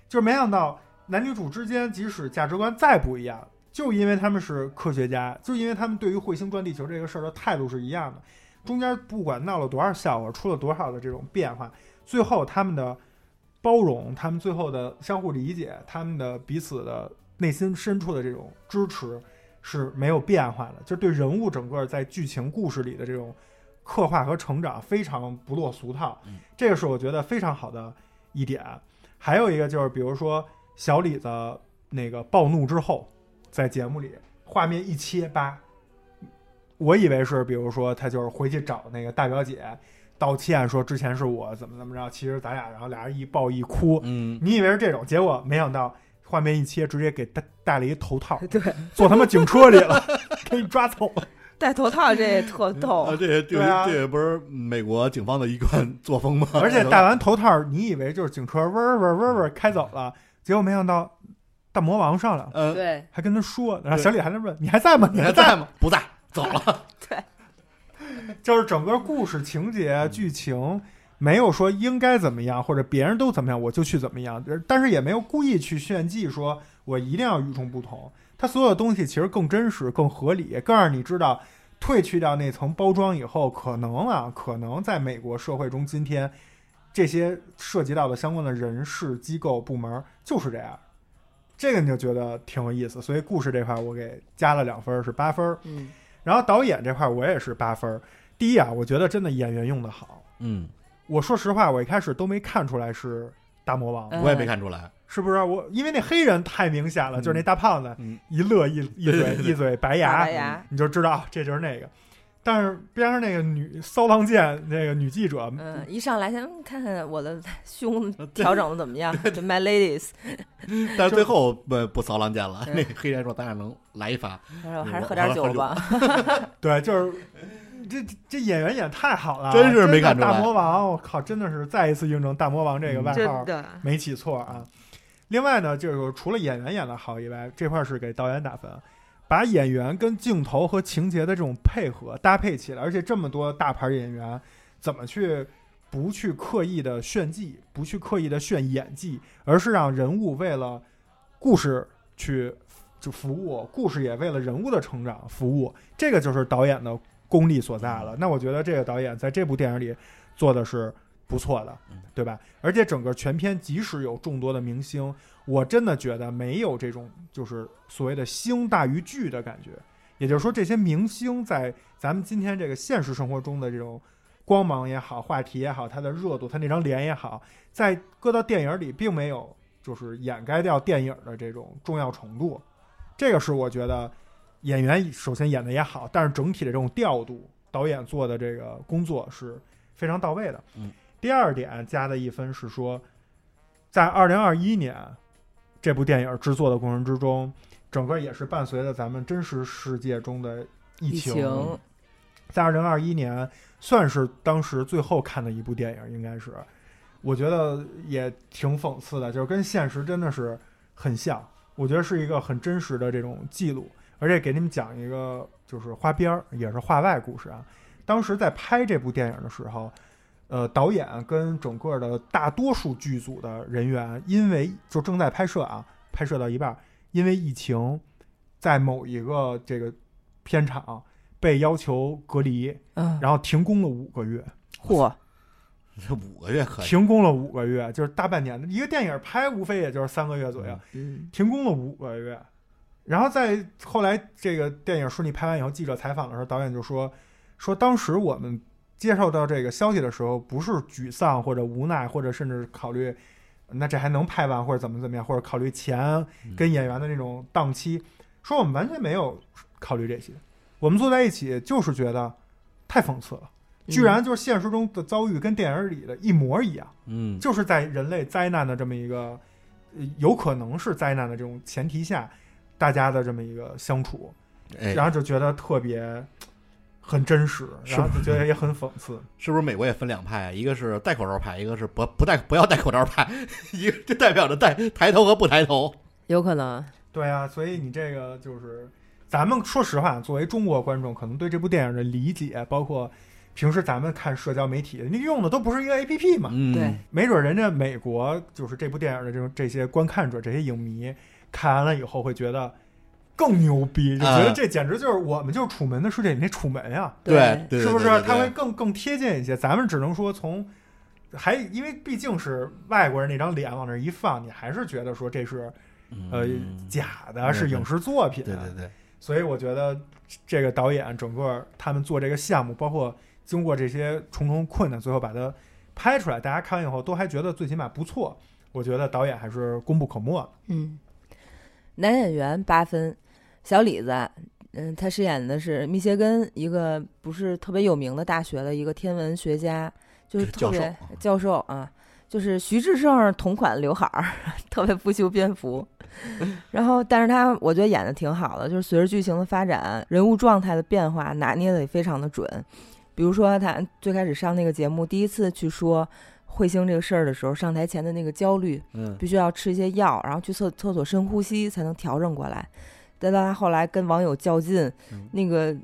Speaker 1: 就是没想到男女主之间即使价值观再不一样，就因为他们是科学家，就因为他们对于彗星转地球这个事儿的态度是一样的，中间不管闹了多少笑话，出了多少的这种变化，最后他们的包容，他们最后的相互理解，他们的彼此的内心深处的这种支持是没有变化的，就对人物整个在剧情故事里的这种刻画和成长非常不落俗套，
Speaker 3: 嗯
Speaker 1: 这个是我觉得非常好的一点。还有一个就是，比如说小李子那个暴怒之后，在节目里画面一切八，我以为是比如说他就是回去找那个大表姐道歉，说之前是我怎么怎么着，其实咱俩然后俩人一抱一哭，
Speaker 3: 嗯，
Speaker 1: 你以为是这种，结果没想到画面一切，直接给戴戴了一头 套，
Speaker 2: 对，
Speaker 1: 坐他妈警车里了， 给你抓走 了。
Speaker 2: 戴头套这也特
Speaker 3: 啊，
Speaker 2: 逗，
Speaker 3: 这这
Speaker 1: 对啊
Speaker 3: 这也不是美国警方的 一贯作风吗？嗯
Speaker 1: 而且戴完头套，你以为就是警车嗡儿嗡儿嗡儿嗡儿开走了，结果没想到大魔王上来了，
Speaker 3: 嗯，
Speaker 2: 对
Speaker 1: 还跟他说，然后
Speaker 3: 对
Speaker 1: 小李还在问 你还在吗？
Speaker 3: 你
Speaker 1: 你
Speaker 3: 还
Speaker 1: 还
Speaker 3: 在
Speaker 1: 在
Speaker 3: 吗？不在，走了。
Speaker 1: 就是整个故事情节、剧情没有说应该怎么样，或者别人都怎么样，我就去怎么样，就是但是也没有故意去炫技，说我一定要与众不同。它所有的东西其实更真实、更合理，更让你知道，褪去掉那层包装以后，可能啊，可能在美国社会中，今天这些涉及到的相关的人事、机构、部门儿就是这样。这个你就觉得挺有意思，所以故事这块儿我给加了两分儿，是八分儿。
Speaker 2: 嗯
Speaker 1: 然后导演这块儿我也是八分儿。第一啊，我觉得真的演员用的好。
Speaker 3: 嗯，
Speaker 1: 我说实话，我一开始都没看出来是大魔王，
Speaker 2: 嗯
Speaker 3: 我也没看出来。
Speaker 1: 是不是？啊我因为那黑人太明显了，
Speaker 3: 嗯
Speaker 1: 就是那大胖子
Speaker 3: 嗯
Speaker 1: 一乐一一
Speaker 3: 对
Speaker 1: 嘴
Speaker 3: 对对
Speaker 1: 一嘴白
Speaker 2: 大
Speaker 1: 牙
Speaker 2: 白，牙，
Speaker 1: 哦你就知道啊这就是那个。但是边上那个女骚浪贱那个女记者，
Speaker 2: 嗯，一上来先嗯看看我的胸调整的怎么 样，就 my ladies，
Speaker 1: 嗯
Speaker 3: 但是最后不不骚浪见了，那黑人说咱俩能来一发，
Speaker 2: 他说
Speaker 3: 嗯
Speaker 2: 还是
Speaker 3: 我
Speaker 2: 喝点
Speaker 3: 我
Speaker 2: 酒
Speaker 3: 喝
Speaker 2: 吧，
Speaker 1: 对，就是这这演员演太好了，
Speaker 3: 真是没
Speaker 1: 的
Speaker 3: 看出来嗯
Speaker 1: 大魔王，我靠，真的是再一次印证大魔王这个外号
Speaker 2: 的，
Speaker 1: 没起错啊。另外呢，就是除了演员演的好以外，这块是给导演打分，把演员跟镜头和情节的这种配合搭配起来，而且这么多大牌演员，怎么去不去刻意的炫技，不去刻意的炫演技，而是让人物为了故事去就服务，故事也为了人物的成长服务，这个就是导演的功力所在了。那我觉得这个导演在这部电影里做的是不错的
Speaker 3: 嗯，
Speaker 1: 对吧？而且整个全片即使有众多的明星，我真的觉得没有这种就是所谓的星大于剧的感觉。也就是说，这些明星在咱们今天这个现实生活中的这种光芒也好、话题也好、它的热度、它那张脸也好，在搁到电影里并没有就是掩盖掉电影的这种重要程度。这个是我觉得演员首先演的也好，但是整体的这种调度，导演做的这个工作是非常到位的。
Speaker 3: 嗯，
Speaker 1: 第二点加的一分是说，在二零二一年这部电影制作的过程之中，整个也是伴随着咱们真实世界中的
Speaker 2: 疫情
Speaker 1: 在二零二一年算是当时最后看的一部电影，应该是，我觉得也挺讽刺的，就是跟现实真的是很像。我觉得是一个很真实的这种记录，而且给你们讲一个就是花边儿，也是话外故事啊。当时在拍这部电影的时候，呃，导演跟整个的大多数剧组的人员，因为就正在拍摄啊，拍摄到一半儿，因为疫情，在某一个这个片场被要求隔离，
Speaker 2: 嗯，
Speaker 1: 然后停工了五个月，
Speaker 2: 嚯，
Speaker 3: 这五个月可以，
Speaker 1: 停工了五个月，就是大半年的一个电影拍，无非也就是三个月左右，
Speaker 2: 嗯，
Speaker 1: 停工了五个月。然后在后来这个电影顺利拍完以后，记者采访的时候，导演就说说当时我们接受到这个消息的时候，不是沮丧或者无奈，或者甚至考虑那这还能拍完或者怎么怎么样，或者考虑钱跟演员的那种档期，说我们完全没有考虑这些，我们坐在一起就是觉得太讽刺了，居然就是现实中的遭遇跟电影里的一模一样。
Speaker 3: 嗯，
Speaker 1: 就是在人类灾难的这么一个，呃有可能是灾难的这种前提下，大家的这么一个相处，
Speaker 3: 哎，
Speaker 1: 然后就觉得特别很真实，
Speaker 3: 是
Speaker 1: 然后就觉得也很讽刺。
Speaker 3: 是不是美国也分两派啊？一个是戴口罩派，一个是不不戴不要戴口罩派， 一个就代表着戴抬头和不抬头。
Speaker 2: 有可能，
Speaker 1: 对啊，所以你这个就是，咱们说实话，作为中国观众，可能对这部电影的理解，包括平时咱们看社交媒体，你用的都不是一个 A P P 嘛，
Speaker 3: 嗯，
Speaker 2: 对，
Speaker 1: 没准人家美国就是这部电影的这种这些观看者、这些影迷看完了以后会觉得更牛逼，就觉得
Speaker 3: 嗯
Speaker 1: 这简直就是我们就是楚门的世界里那楚门呀、
Speaker 3: 对，对
Speaker 1: 是不是？
Speaker 3: 对对
Speaker 1: 他会更更贴近一些。咱们只能说从还因为毕竟是外国人那张脸往那儿一放，你还是觉得说这是呃
Speaker 3: 嗯
Speaker 1: 假的，
Speaker 3: 嗯
Speaker 1: 是影视作品。啊
Speaker 3: 对对对，
Speaker 1: 所以我觉得这个导演整个他们做这个项目，包括经过这些重重困难，最后把它拍出来，大家看完以后都还觉得最起码不错。我觉得导演还是功不可没的。
Speaker 2: 嗯，男演员八分，小李子，嗯，他饰演的是密歇根一个不是特别有名的大学的一个天文学家，就是特
Speaker 3: 教授
Speaker 2: 别
Speaker 3: 啊
Speaker 2: 教授啊，就是徐志胜同款刘海儿， 特别不修边 幅。然后，但是他我觉得演的挺好的，就是随着剧情的发展，人物状态的变化拿捏的也非常的准。比如说，他最开始上那个节目，第一次去说彗星这个事儿的时候，上台前的那个焦虑，
Speaker 3: 嗯，
Speaker 2: 必须要吃一些药，然后去厕厕所深呼吸才能调整过来。再到他后来跟网友较劲，
Speaker 3: 嗯
Speaker 2: 那个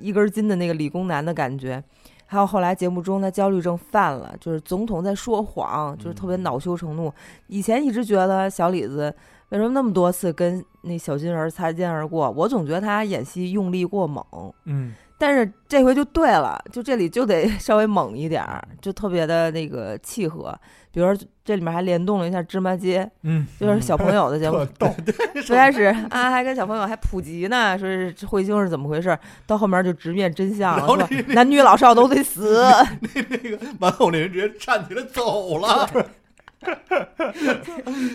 Speaker 2: 一根筋的那个理工男的感觉，还有后来节目中他焦虑症犯了，就是总统在说谎，就是特别恼羞成怒。以前一直觉得小李子为什么那么多次跟那小金人擦肩而过，我总觉得他演戏用力过猛，
Speaker 1: 嗯，
Speaker 2: 但是这回就对了，就这里就得 稍微猛一点儿，就特别的那个契合。比如说这里面还联动了一下芝麻街，
Speaker 1: 嗯，
Speaker 2: 就是小朋友的节目
Speaker 1: 特逗。
Speaker 2: 最开始啊，还跟小朋友还普及呢，说是这彗星是怎么回事儿，到后面就直面真相了，
Speaker 3: 然后
Speaker 2: 说男女老少都得 死。
Speaker 3: 那个满口那人直接站起来走了，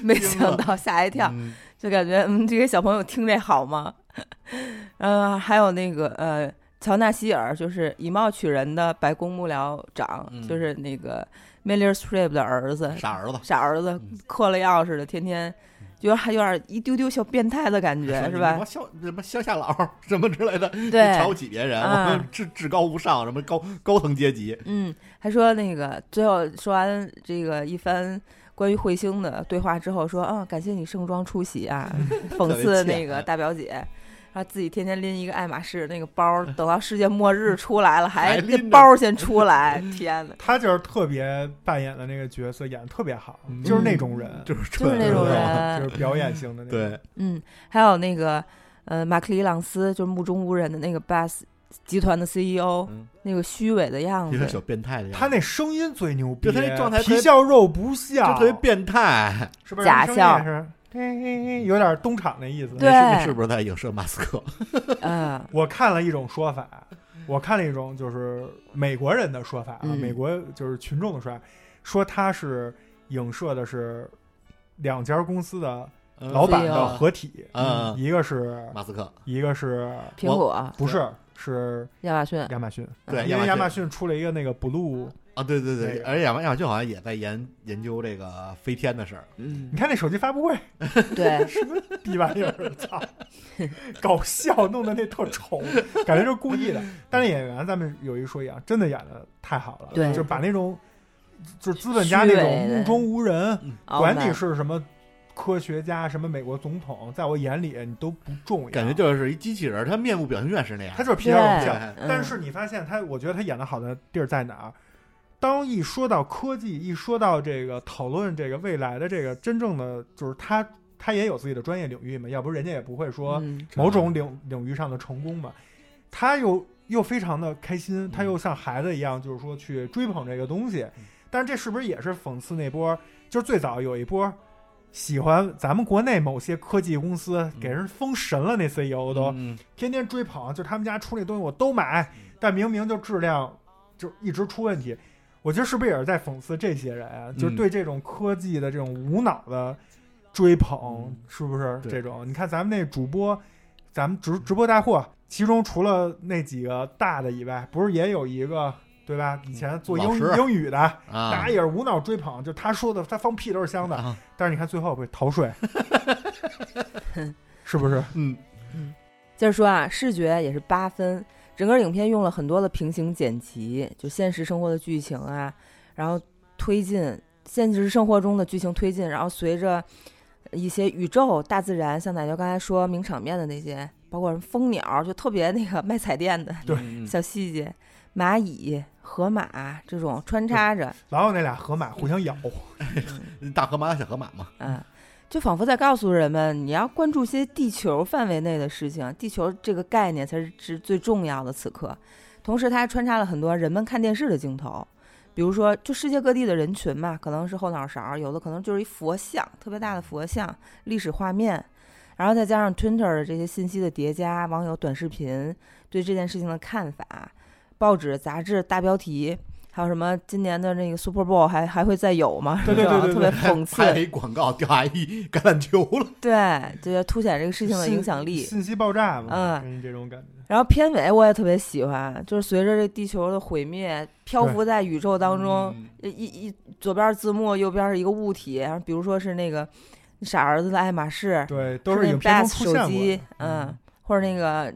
Speaker 2: 没想到吓一跳，
Speaker 3: 嗯
Speaker 2: 就感觉嗯，这些小朋友听这好吗？嗯、还有那个呃，乔纳希尔就是以貌取人的白宫幕僚长，
Speaker 3: 嗯
Speaker 2: 就是那个 Miller Strip 的儿子，
Speaker 3: 傻儿子，
Speaker 2: 傻儿子
Speaker 3: 嗯
Speaker 2: 嗑了药似的，天天觉得还有点一丢丢小变态的感觉，
Speaker 3: 说
Speaker 2: 是
Speaker 3: 你
Speaker 2: 吧
Speaker 3: 妈？乡什么乡下佬什么之类的，
Speaker 2: 对
Speaker 3: 你瞧不起别人，
Speaker 2: 啊
Speaker 3: 我们至至高无上，什么高高层阶级，
Speaker 2: 嗯，还说那个最后说完这个一番关于彗星的对话之后，说啊，感谢你盛装出席啊，
Speaker 1: 嗯
Speaker 2: 讽刺那
Speaker 1: 啊
Speaker 2: 个大表姐。然后自己天天拎一个爱马仕那个包，
Speaker 1: 嗯
Speaker 2: 等到世界末日出来了，还
Speaker 3: 还
Speaker 2: 那
Speaker 3: 拎着
Speaker 2: 包先出来，
Speaker 1: 嗯
Speaker 2: 天哪！
Speaker 1: 他就是特别扮演的那个角色演的特别好，
Speaker 3: 嗯
Speaker 1: 就是那种人，
Speaker 3: 就是
Speaker 2: 就是那种 人
Speaker 1: 就是表演型的那种。
Speaker 3: 对，
Speaker 2: 嗯，还有那个呃，马克里朗斯就是目中无人的那个 Bass 集团的 CEO，、
Speaker 3: 嗯
Speaker 2: 那个虚伪的样
Speaker 3: 一个
Speaker 2: 子，
Speaker 3: 小变态的样子，
Speaker 1: 他那声音最牛逼，
Speaker 3: 就他那状态特别
Speaker 1: 皮笑肉不笑，
Speaker 3: 就特别变态，
Speaker 1: 是不是？
Speaker 2: 假
Speaker 1: 声
Speaker 2: 笑
Speaker 1: 音也是，对，有点东厂那意思。
Speaker 2: 对
Speaker 3: 哎那是是不是在影射马斯克？
Speaker 2: 嗯
Speaker 1: 我看了一种说法，我看了一种就是美国人的说法啊，
Speaker 2: 嗯
Speaker 1: 美国就是群众的说法，说他是影射的是两家公司的
Speaker 3: 嗯
Speaker 1: 老板
Speaker 2: 嗯
Speaker 1: 的合体，
Speaker 3: 嗯
Speaker 1: 一个是
Speaker 3: 马斯克，
Speaker 1: 一个是
Speaker 2: 苹果、
Speaker 1: 不是是
Speaker 2: 亚马逊，
Speaker 1: 亚马逊？
Speaker 3: 对，
Speaker 1: 啊因
Speaker 3: 亚
Speaker 1: 为
Speaker 3: 逊
Speaker 1: 亚马逊哎出了一个那个 Blue，
Speaker 3: 啊，对对对
Speaker 1: 那，个
Speaker 3: 而且亚马亚马逊好像也在研研究这个飞天的事儿，
Speaker 1: 你看那手机发布会
Speaker 2: 对，
Speaker 1: 什么逼玩意儿，操， 搞笑弄得那特丑，感觉就是故意的。但是演员咱们有一说一啊，真的演的太好了，
Speaker 2: 对
Speaker 1: 就把那种就是资本家那
Speaker 2: 虚
Speaker 1: 种
Speaker 2: 伪的
Speaker 1: 目中无人，
Speaker 2: 傲
Speaker 1: 管
Speaker 2: 慢
Speaker 1: 你是什么科学家、什么美国总统，在我眼里你都不重要，
Speaker 3: 感觉就是一机器人，他面部表情越是那样，
Speaker 1: 哎他就是皮笑肉不
Speaker 2: 对
Speaker 1: 笑。
Speaker 3: 嗯
Speaker 1: 但是你发现他，我觉得他演的好的地儿在哪儿？当一说到科技，一说到这个讨论这个未来的这个真正的，就是他他也有自己的专业领域嘛，要不人家也不会说
Speaker 2: 嗯
Speaker 1: 某
Speaker 3: 啊
Speaker 1: 种领领域上的成功嘛。他又又非常的开心，
Speaker 3: 嗯
Speaker 1: 他又像孩子一样，就是说去追捧这个东西。但是这是不是也是讽刺那波？就是最早有一波喜欢咱们国内某些科技公司给人封神了，那 CEO 都、
Speaker 3: 嗯
Speaker 1: 天天追捧，就是他们家出那东西我都买
Speaker 3: 嗯，
Speaker 1: 但明明就质量就一直出问题。我觉得是不是也是在讽刺这些人
Speaker 3: 嗯
Speaker 1: 啊？就是对这种科技的这种无脑的追捧，
Speaker 3: 嗯
Speaker 1: 是不是
Speaker 3: 对嗯
Speaker 1: 这种？你看咱们那主播，咱们直直播带货，其中除了那几个大的以外，不是也有一个对吧？以前做英
Speaker 3: 嗯老师
Speaker 1: 英语的，大
Speaker 3: 啊
Speaker 1: 家，也是无脑追捧，就他说的，他放屁都是香的。
Speaker 3: 啊
Speaker 1: 但是你看最后被逃 税，是不是？
Speaker 3: 嗯，
Speaker 2: 接着说啊，视觉也是八分，整个影片用了很多的平行剪辑，就现实生活的剧情啊，然后推进现实生活中的剧情推进，然后随着一些宇宙、大自然，像奶牛刚才说名场面的那些，包括什么蜂鸟，就特别那个卖彩电的
Speaker 1: 对
Speaker 3: 嗯，
Speaker 2: 小细节，蚂蚁、河马这种穿插着，
Speaker 1: 老有那俩河马互相咬，
Speaker 3: 嗯大河马小河马嘛，
Speaker 2: 嗯，就仿佛在告诉人们，你要关注些地球范围内的事情，地球这个概念才是是最重要的。此刻，同时它还穿插了很多人们看电视的镜头，比如说，就世界各地的人群嘛，可能是后脑勺，有的可能就是一佛像，特别大的佛像，历史画面。然后再加上 Twitter 的这些信息的叠加，网友短视频对这件事情的看法，报纸、杂志大标题，还有什么今年的那个 Super Bowl 还还会再有吗？
Speaker 1: 对对对对
Speaker 2: 特别
Speaker 1: 对
Speaker 2: 讽刺。
Speaker 3: 拍了一广告掉下一橄榄球了，
Speaker 2: 对，就要凸显这个事情的影响力。
Speaker 1: 信息爆炸嘛，
Speaker 2: 嗯
Speaker 1: 给你这种感觉。
Speaker 2: 然后片尾我也特别喜欢，就是随着这地球的毁灭，漂浮在宇宙当中，
Speaker 3: 嗯
Speaker 2: 一一一左边字幕，右边是一个物体，然后比如说是那个傻儿子的爱马仕，
Speaker 1: 对，都
Speaker 2: 嗯是
Speaker 1: 是
Speaker 2: 那
Speaker 1: 影片
Speaker 2: Bass
Speaker 1: 中出现
Speaker 2: 手
Speaker 1: 过
Speaker 2: 机
Speaker 1: 的，，
Speaker 2: 嗯，或者那个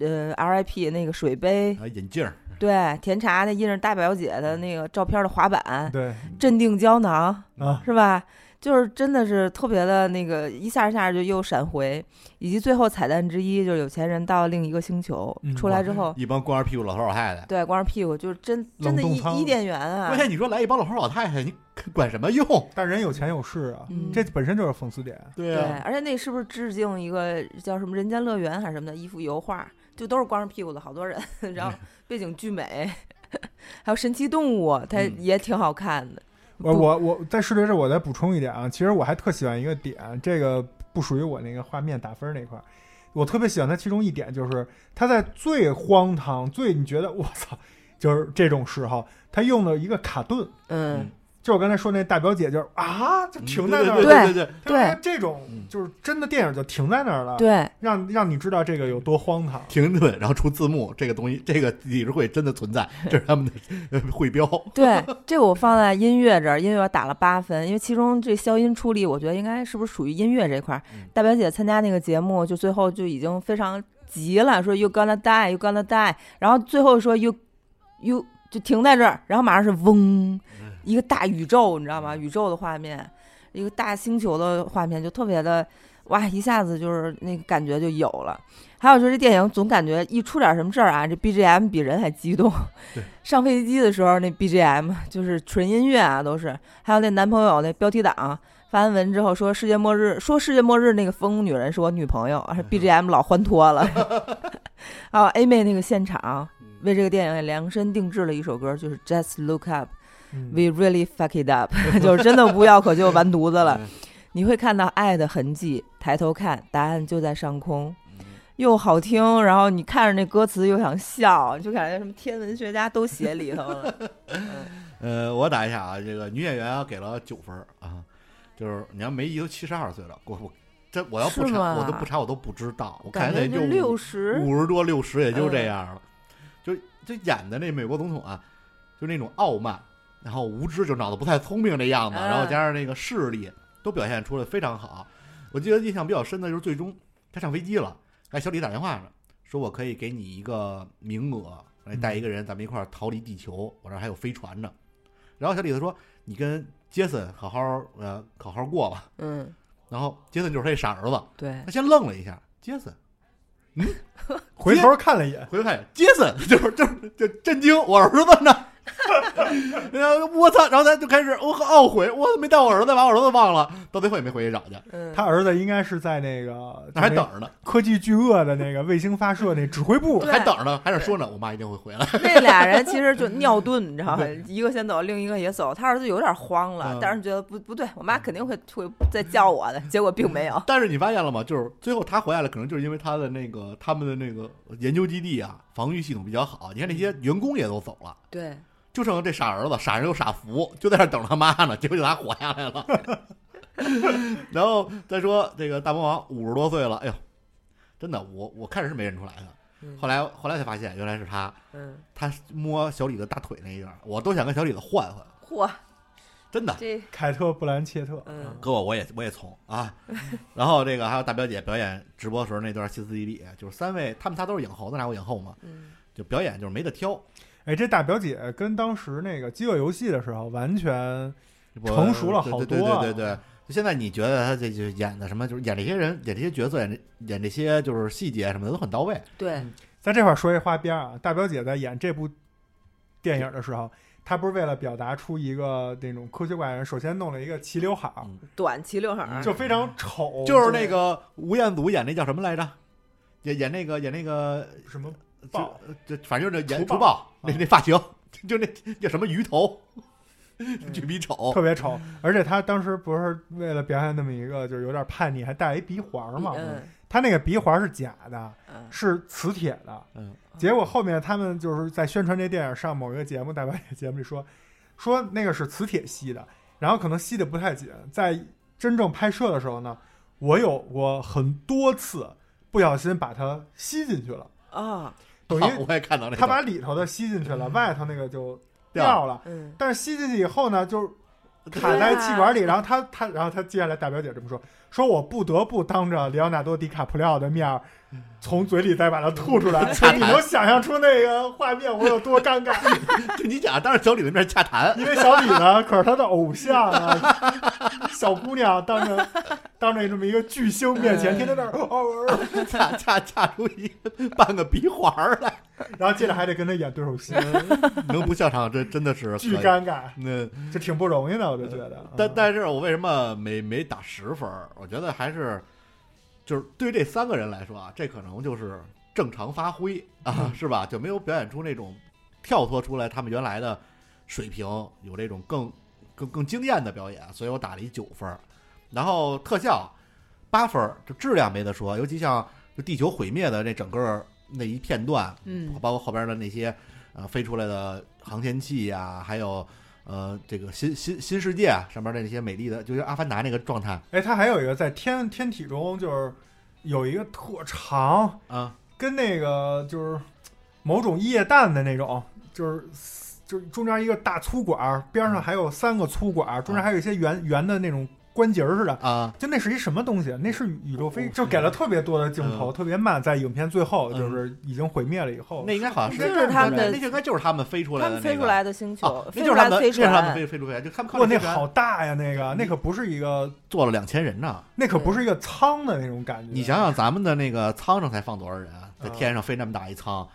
Speaker 2: 呃 RIP 那个水杯，
Speaker 3: 啊，眼镜儿，
Speaker 2: 对，甜茶那印着大表姐的那个照片的滑板，
Speaker 1: 对
Speaker 2: 镇定胶囊，
Speaker 1: 啊，
Speaker 2: 是吧？就是真的是特别的那个，一下一下就又闪回，以及最后彩蛋之一就是有钱人到另一个星球、
Speaker 1: 嗯
Speaker 2: 出来之后，
Speaker 3: 一帮光着屁股老头老太太。
Speaker 2: 对，光着屁股就是真
Speaker 1: 冷
Speaker 2: 真的
Speaker 1: 冻
Speaker 2: 伊
Speaker 1: 舱
Speaker 2: 伊甸园啊
Speaker 3: 关，键你说来一帮老头老太太，你管什么用？
Speaker 1: 但人有钱有势啊，
Speaker 2: 嗯
Speaker 1: 这本身就是讽刺点。
Speaker 3: 对
Speaker 2: 对
Speaker 3: 啊，，
Speaker 2: 而且那是不是致敬一个叫什么《人间乐园》还是什么的一幅油画，就都是光着屁股的好多人， 然后背景巨美， 还有神奇动物，它
Speaker 3: 嗯
Speaker 2: 也挺好看的，
Speaker 1: 我
Speaker 2: 不
Speaker 1: 我我在视觉这我再补充一点啊，其实我还特喜欢一个点，这个不属于我那个画面打分那块儿，我特别喜欢它其中一点就是它在最荒唐、最你觉得我操，就是这种时候，它用了一个卡顿，
Speaker 2: 嗯
Speaker 3: 嗯
Speaker 1: 就我刚才说那大表姐，就是啊，就停在那儿
Speaker 3: 对
Speaker 1: 了。
Speaker 3: 对对对，
Speaker 1: 她
Speaker 2: 对
Speaker 1: 这种
Speaker 3: 嗯
Speaker 1: 就是真的电影就停在那儿了，
Speaker 2: 嗯对，
Speaker 1: 让让你知道这个有多荒唐。
Speaker 3: 停顿，然后出字幕，这个东西，这个理事会真的存在，这是他们的 会标。
Speaker 2: 对，这我放在音乐这儿，音乐打了八分，因为其中这消音出力，我觉得应该是不是属于音乐这块儿
Speaker 3: 嗯。
Speaker 2: 大表姐参加那个节目，就最后就已经非常急了，说 “you gonna die, you gonna die”，然后最后说 “you you” 就停在这儿，然后马上是嗡，一个大宇宙，你知道吗？宇宙的画面，一个大星球的画面，就特别的哇，一下子就是那个感觉就有了。还有就是这电影总感觉一出点什么事儿啊，这 BGM 比人还激动。上飞机的时候那 BGM 就是纯音乐啊，都是。还有那男朋友那标题党发完文之后说世界末日，说世界末日那个疯女人是我女朋友啊，BGM 老欢脱了。还有 A 妹那个现场为这个电影也量身定制了一首歌，就是 Just Look Up。
Speaker 1: 嗯
Speaker 2: We really fuck it up，就是 真的无药可救，完犊子了。你会看到爱的痕迹，抬头看，答案就在上空，又好听，然后你看着那歌词又想笑，就感觉什么天文学家都写里头了。
Speaker 3: 呃，我打一下啊，这个女演员啊给了九分儿啊，就是你要梅姨都七十二岁了，我我这我要不
Speaker 2: 是
Speaker 3: 查
Speaker 2: 吗
Speaker 3: 我都不查我都不知道，我
Speaker 2: 感
Speaker 3: 看
Speaker 2: 觉
Speaker 3: 也
Speaker 2: 就
Speaker 3: 就
Speaker 2: 六十，嗯
Speaker 3: 五十多六十也就这样了，就就演的那美国总统啊，就那种傲慢，然后无知，就脑子不太聪明这样子，
Speaker 2: 嗯
Speaker 3: 然后加上那个视力都表现出来非常好。我记得印象比较深的就是最终他上飞机了，还小李打电话呢，说我可以给你一个名额，来带一个人，咱们一块儿逃离地球，我这儿还有飞船呢。然后小李子说：“你跟杰森好好呃好好过吧。
Speaker 2: 嗯，”
Speaker 3: 然后杰森就是他这傻儿子，
Speaker 2: 对
Speaker 3: 他先愣了一下，杰森。
Speaker 1: 回头看了一眼，
Speaker 3: 回头看一眼，杰森就是就是就震惊，我儿子呢？然后我操！然后他就开始我很懊悔，我怎么没带我儿子，把我儿子忘了，到最后也没回去找去，
Speaker 2: 嗯，
Speaker 1: 他儿子应该是在那个
Speaker 3: 那还等着呢，
Speaker 1: 科技巨鳄的那个卫星发射那指挥部
Speaker 2: 对
Speaker 3: 还等着呢，还是说呢，我妈一定会回来。
Speaker 2: 那俩人其实就尿遁，你知道吗？一个先走，另一个也走。他儿子有点慌了
Speaker 3: 嗯，
Speaker 2: 但是觉得不不对，我妈肯定会会再叫我的，结果并没有。
Speaker 3: 但是你发现了吗？就是最后他回来了，可能就是因为他的那个他们的那个研究基地啊，防御系统比较好。你看那些员工也都走了，
Speaker 2: 对，
Speaker 3: 就剩这傻儿子，傻人又傻福，就在那儿等着他妈呢，结果就他活下来了。 然后再说这个大魔王五十多岁了，哎呦，真的，我我开始是没认出来的，后来后来才发现原来是他，
Speaker 2: 嗯，
Speaker 3: 他摸小李子大腿那一段，我都想跟小李子换换，
Speaker 2: 嚯，
Speaker 3: 真的，
Speaker 2: 这
Speaker 1: 凯特·布兰切特，
Speaker 2: 嗯
Speaker 3: 哥我我也我也从啊。然后这个还有大表姐表演直播时候那段歇斯底里，就是三位他们仨都是影后，咱俩我影后嘛，
Speaker 2: 嗯，
Speaker 3: 就表演就是没得挑，
Speaker 1: 哎，这大表姐跟当时那个《饥饿游戏》的时候完全
Speaker 3: 我
Speaker 1: 成熟了好
Speaker 3: 对对
Speaker 1: 多啊
Speaker 3: 对对对对就现在你觉得他这就演的什么，就是演这些人，演这些角色，演这演这些就是细节什么的都很到位。
Speaker 2: 对，
Speaker 1: 在这块儿说一花边儿啊，大表姐在演这部电影的时候，她不是为了表达出一个那种科学怪人，首先弄了一个齐刘海儿，
Speaker 3: 嗯
Speaker 2: 短齐刘海儿，
Speaker 1: 就非常丑，
Speaker 3: 就是那个吴彦祖演那叫什么来着？演演那个演那个，
Speaker 1: 什么豹
Speaker 3: 就就反正就演
Speaker 1: 除
Speaker 3: 除暴
Speaker 1: 嗯
Speaker 3: 那那发型， 就那叫什么鱼头， 巨逼丑
Speaker 1: 特。别丑，而且她当时不是为了表演那么一个就是有点叛逆，还戴一鼻环儿嘛，
Speaker 2: 嗯
Speaker 1: 她那个鼻环是假的，
Speaker 2: 嗯，
Speaker 1: 是磁铁的，
Speaker 3: 嗯，
Speaker 1: 结果后面他们就是在宣传这电影上某一个节目，大白姐节目里说，说那个是磁铁吸的，然后可能吸的不太紧，在真正拍摄的时候呢，我有过很多次不小心把它吸进去了，
Speaker 2: 啊，
Speaker 1: 等
Speaker 3: 好
Speaker 1: 于
Speaker 3: 哦我也看到那个。
Speaker 1: 他把里头的吸进去了，外头那个就
Speaker 3: 掉
Speaker 1: 掉了，
Speaker 2: 嗯，
Speaker 1: 但是吸进去以后呢，就卡在气管里，然后他他然后他接下来大表姐这么说，说我不得不当着里奥纳多·迪卡普里奥的面儿，从嘴里再把它吐出来，
Speaker 3: 嗯
Speaker 1: 你能想象出那个画面我有多尴尬？
Speaker 3: 就你讲，当着小李的面洽谈，
Speaker 1: 因为小李呢，可是他的偶像啊， 小姑娘当着当着这么一个巨星面前，天天在那儿哦哦，哦
Speaker 3: 洽洽洽出一个半个鼻环儿来，
Speaker 1: 然后接着还得跟他演对手戏，
Speaker 3: 能不笑场，这真的是
Speaker 1: 巨
Speaker 3: 可以。嗯
Speaker 1: 尴尬，
Speaker 3: 那
Speaker 1: 就挺不容易的，我就觉得。
Speaker 3: 但
Speaker 1: 嗯
Speaker 3: 但是我为什么没没打十分儿？我觉得还是就是对这三个人来说啊，这可能就是正常发挥啊，是吧？就没有表演出那种跳脱出来他们原来的水平，有这种更更更惊艳的表演，所以我打了一九分儿。然后特效八分儿，这质量没得说，尤其像就地球毁灭的那整个那一片段，
Speaker 2: 嗯
Speaker 3: 包括后边的那些呃飞出来的航天器呀、还有呃这个新新新世界啊上面的那些美丽的，就是阿凡达那个状态
Speaker 1: 哎，它还有一个在天天体中，就是有一个特长，
Speaker 3: 啊，
Speaker 1: 跟那个就是某种液氮的那种，就是就是中间一个大粗管儿，边上还有三个粗管儿，中间还有一些圆圆的那种关节儿似的。
Speaker 3: 啊，
Speaker 1: 就那是一什么东西？那是宇宙飞，就给了特别多的镜头，特别慢，在影片最后
Speaker 3: 嗯
Speaker 1: 就是已经毁灭了以后，
Speaker 3: 那应该好像是
Speaker 2: 就是他们的
Speaker 3: 那就应该就是他们飞出来
Speaker 2: 他
Speaker 3: 的那
Speaker 2: 们
Speaker 3: 个，
Speaker 2: 飞出来的星球，
Speaker 3: 哦，那
Speaker 2: 飞
Speaker 3: 就
Speaker 2: 出
Speaker 3: 是他
Speaker 2: 来
Speaker 3: 们
Speaker 2: 的
Speaker 3: 那
Speaker 2: 飞
Speaker 3: 就是他们
Speaker 2: 船，
Speaker 3: 飞飞出来，就看看
Speaker 1: 哇，那
Speaker 3: 飞船
Speaker 1: 好大呀！那个那可不是一个，
Speaker 3: 坐了两千人呢。
Speaker 1: 那可不是一个舱的那种感觉。
Speaker 3: 你想想咱们的那个舱上才放多少人啊？
Speaker 1: 嗯
Speaker 3: 在天上飞那么大一舱，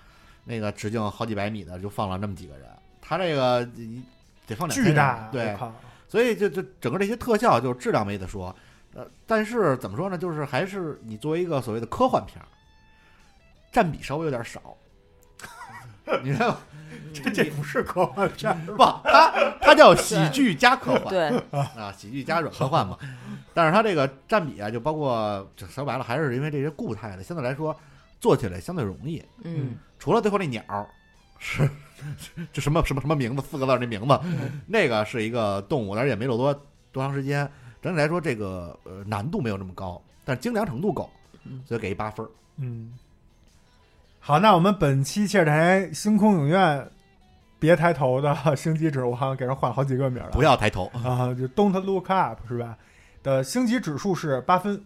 Speaker 3: 那个直径好几百米的就放了那么几个人，他这个你得放两千
Speaker 1: 巨
Speaker 3: 人
Speaker 1: 大，
Speaker 3: 对
Speaker 1: 我，靠
Speaker 3: 所以就就整个这些特效就质量没得说，呃，但是怎么说呢，就是还是你作为一个所谓的科幻片儿，占比稍微有点少。你看，
Speaker 1: 这啊这不是科幻片儿吧？
Speaker 3: 不，它它叫喜剧加科幻，
Speaker 2: 对，
Speaker 3: 啊，喜剧加软科幻嘛。但是它这个占比啊，就包括就说白了，还是因为这些固态的，相对来说做起来相对容易。
Speaker 2: 嗯，
Speaker 3: 除了最后那鸟儿 是嗯这什么什么什么名字，四个字儿那名字，那个是一个动物，但是也没有多多长时间。整体来说，这个呃难度没有那么高，但是精良程度够，所以给一八分儿。
Speaker 1: 嗯，好，那我们本期切尔台星空影院别抬头的星级指，我好像给人换好几个名儿了，
Speaker 3: 不要抬 头，
Speaker 1: 啊，就 Don't Look Up 是吧？的星级指数是八分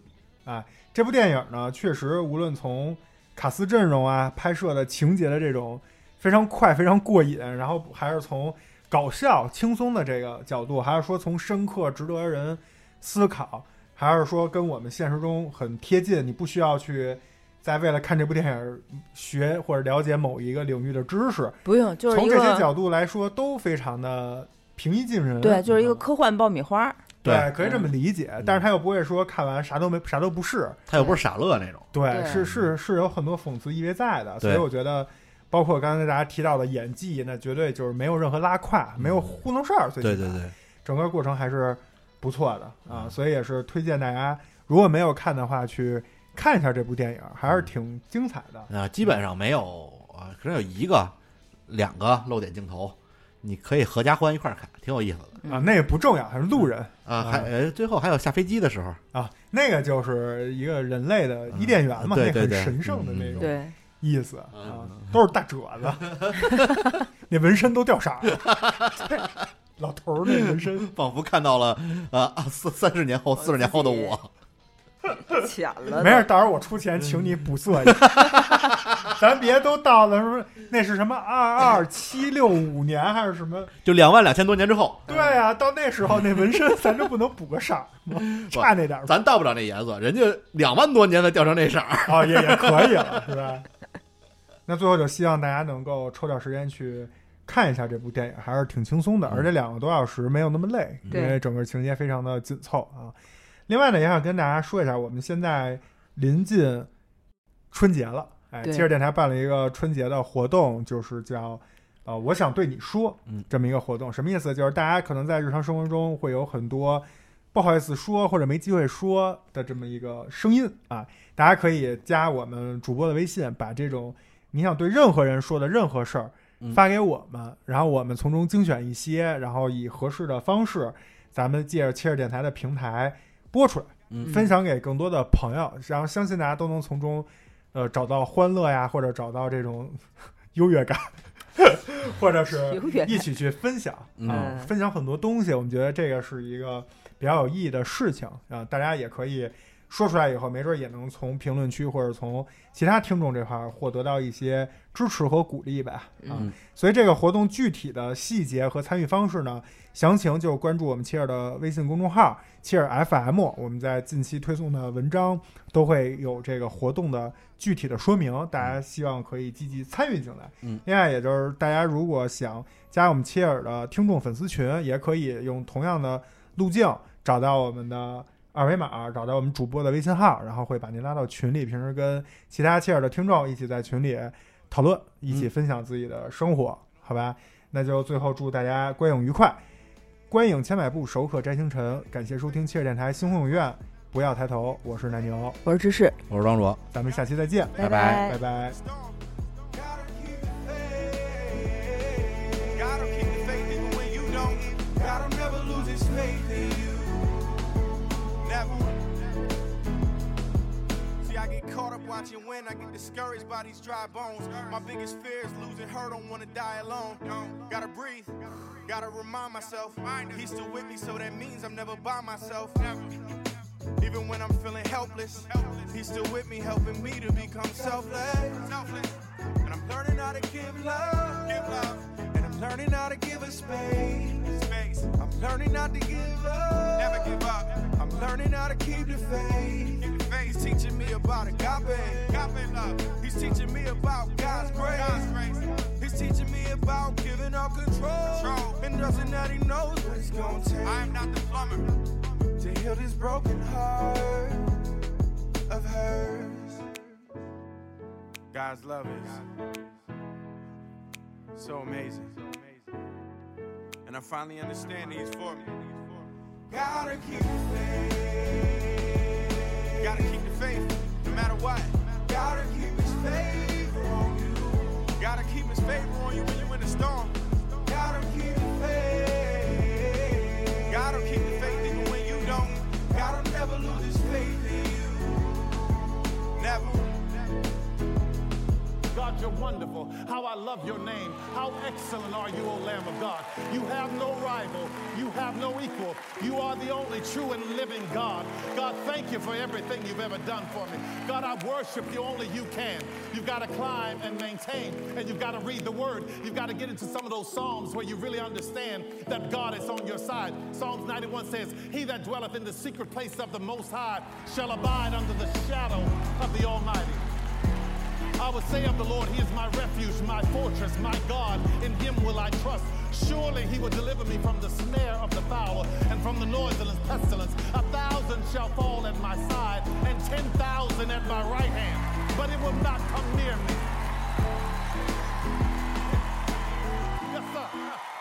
Speaker 1: 啊。这部电影呢，确实无论从卡斯阵容啊、拍摄的情节的这种非常快、非常过瘾，然后还是从搞笑、轻松的这个角度，还是说从深刻、值得人思考，还是说跟我们现实中很贴近，你不需要去。再为了看这部电影学或者了解某一个领域的知识，
Speaker 2: 不用，就是
Speaker 1: 从
Speaker 2: 一
Speaker 1: 这些
Speaker 2: 个
Speaker 1: 角度来说都非常的平易近人。
Speaker 2: 对，就是一个
Speaker 1: 嗯
Speaker 2: 科幻爆米花儿，
Speaker 1: 对，可以这么理解，
Speaker 3: 嗯
Speaker 1: 但是他又不会说看完啥都没啥都不是，
Speaker 3: 他又不是傻乐那种。
Speaker 1: 对，
Speaker 2: 对
Speaker 1: 是是是有很多讽刺意味在的，所以
Speaker 3: 对
Speaker 1: 我觉得，包括刚才大家提到的演技，那绝对就是没有任何拉胯，没有糊弄事儿，最起码
Speaker 3: 嗯对对，
Speaker 1: 整个过程还是不错的啊，
Speaker 3: 嗯
Speaker 1: 所以也是推荐大家，如果没有看的话，去看一下这部电影，还
Speaker 3: 嗯
Speaker 1: 是挺精彩的。
Speaker 3: 啊，基本上没有啊，可能有一个、两个露点镜头，你可以合家欢一块儿看，挺有意思的
Speaker 1: 啊，那也不重要，还是路人
Speaker 3: 啊。还呃，最后还有下飞机的 时候，
Speaker 1: 啊，那个就是一个人类的伊甸园嘛，
Speaker 3: 嗯对
Speaker 1: 那
Speaker 3: 对
Speaker 1: 很
Speaker 3: 对
Speaker 1: 神圣的那
Speaker 3: 嗯
Speaker 1: 种
Speaker 2: 对，
Speaker 1: 意思啊，都是大褶子，那纹身都掉色儿了。老头儿那纹身，
Speaker 3: 仿佛看到了呃啊四三十年哦后、四十年后的
Speaker 2: 自己
Speaker 3: 我。
Speaker 2: 浅了，
Speaker 1: 没事，，到时候我出钱请你补色一下。咱别都到了什么，那是什么二二七六五年还是什么？
Speaker 3: 就两万两千多年之后，
Speaker 1: 对呀、到那时候那纹身咱就不能补个色儿吗？差那点儿
Speaker 3: 咱到不了那颜色，人家两万多年才掉成那色儿。
Speaker 1: 啊、也也可以了，是吧？那最后就希望大家能够抽点时间去看一下这部电影，还是挺轻松的，而且两个多小时没有那么累，因
Speaker 2: 对
Speaker 1: 为整个情节非常的紧凑啊。另外呢，也想跟大家说一下，我们现在临近春节了，哎，
Speaker 2: 对
Speaker 1: 切尔电台办了一个春节的活动，就是叫。呃，我想对你说
Speaker 3: 嗯，
Speaker 1: 这么一个活动，什么意思？就是大家可能在日常生活中会有很多不好意思说或者没机会说的这么一个声音啊，大家可以加我们主播的微信，把这种你想对任何人说的任何事儿
Speaker 3: 嗯
Speaker 1: 发给我们，然后我们从中精选一些，然后以合适的方式，咱们借着切尔电台的平台播出来，
Speaker 3: 嗯
Speaker 1: 分享给更多的朋友，然后相信大家都能从中，呃，找到欢乐呀，或者找到这种优越感，或者是
Speaker 2: 有远
Speaker 1: 一起去分享啊、
Speaker 2: 嗯
Speaker 1: 分享很多东西。我们觉得这个是一个比较有意义的事情啊、大家也可以说出来以后，没准也能从评论区或者从其他听众这块儿获得到一些支持和鼓励吧啊、
Speaker 3: 嗯
Speaker 1: 所以这个活动具体的细节和参与方式呢，详情就关注我们切尔的微信公众号切尔 FM，我们在近期推送的文章都会有这个活动的具体的说明，大家希望可以积极参与进来。
Speaker 3: 嗯
Speaker 1: 另外也就是大家如果想加我们切尔的听众粉丝群，也可以用同样的路径找到我们的。二维码找到我们主播的微信号，然后会把您拉到群里。平时跟其他切尔的听众一起在群里讨论，一起分享自己的生
Speaker 3: 嗯
Speaker 1: 活，好吧？那就最后祝大家观影愉快，观影千百步，手可摘星辰。感谢收听切尔电台星空影院，不要抬头，我是奶牛，
Speaker 2: 我是芝士，
Speaker 3: 我是庄主，
Speaker 1: 咱们下期再见，
Speaker 3: 拜拜
Speaker 1: 拜拜
Speaker 6: Gotta keep the faith even when you don't.
Speaker 8: watching when I get discouraged by these dry bones. My biggest fear is losing her, don't wanna die alone. Gotta breathe, gotta remind myself. He's still with me, so that means I'm never by myself. Even when I'm feeling helpless, he's still with me, helping me to become selfless. And I'm learning how to give love. And I'm learning how to give a space. I'm learning not to give up. Never give up. I'm learning how to keep the faith. He's teaching me about agape. love. He's teaching me about God's grace. He's teaching me about giving up control. And doesn't that he knows what it's gonna take. I am not the plumber. To heal this broken heart of hers. God's love is so amazing. And I finally understand he's for me. Gotta keep the faith. Gotta keep the faith, no matter what. Gotta keep his favor on you. Gotta keep his favor on you when you're in the storm. Gotta keep the faith. Gotta keep the faith even when you don't. Gotta never lose his faith in you. Never.
Speaker 9: God, you're wonderful. How I love your name. How excellent are you, O Lamb of God. You have no rival. You have no equal. You are the only true and living God. God, thank you for everything you've ever done for me. God, I worship you only you can. You've got to climb and maintain, and you've got to read the word. You've got to get into some of those Psalms where you really understand that God is on your side. Psalms 91 says, He that dwelleth in the secret place of the Most High shall abide under the shadow of the Almighty. I will say of the Lord, He is my refuge, my fortress, my God. In Him will I trust. Surely He will deliver me from the snare of the fowler and from the noiseless pestilence. A thousand shall fall at my side, and ten thousand at my right hand, but it will not come near me. Yes, sir.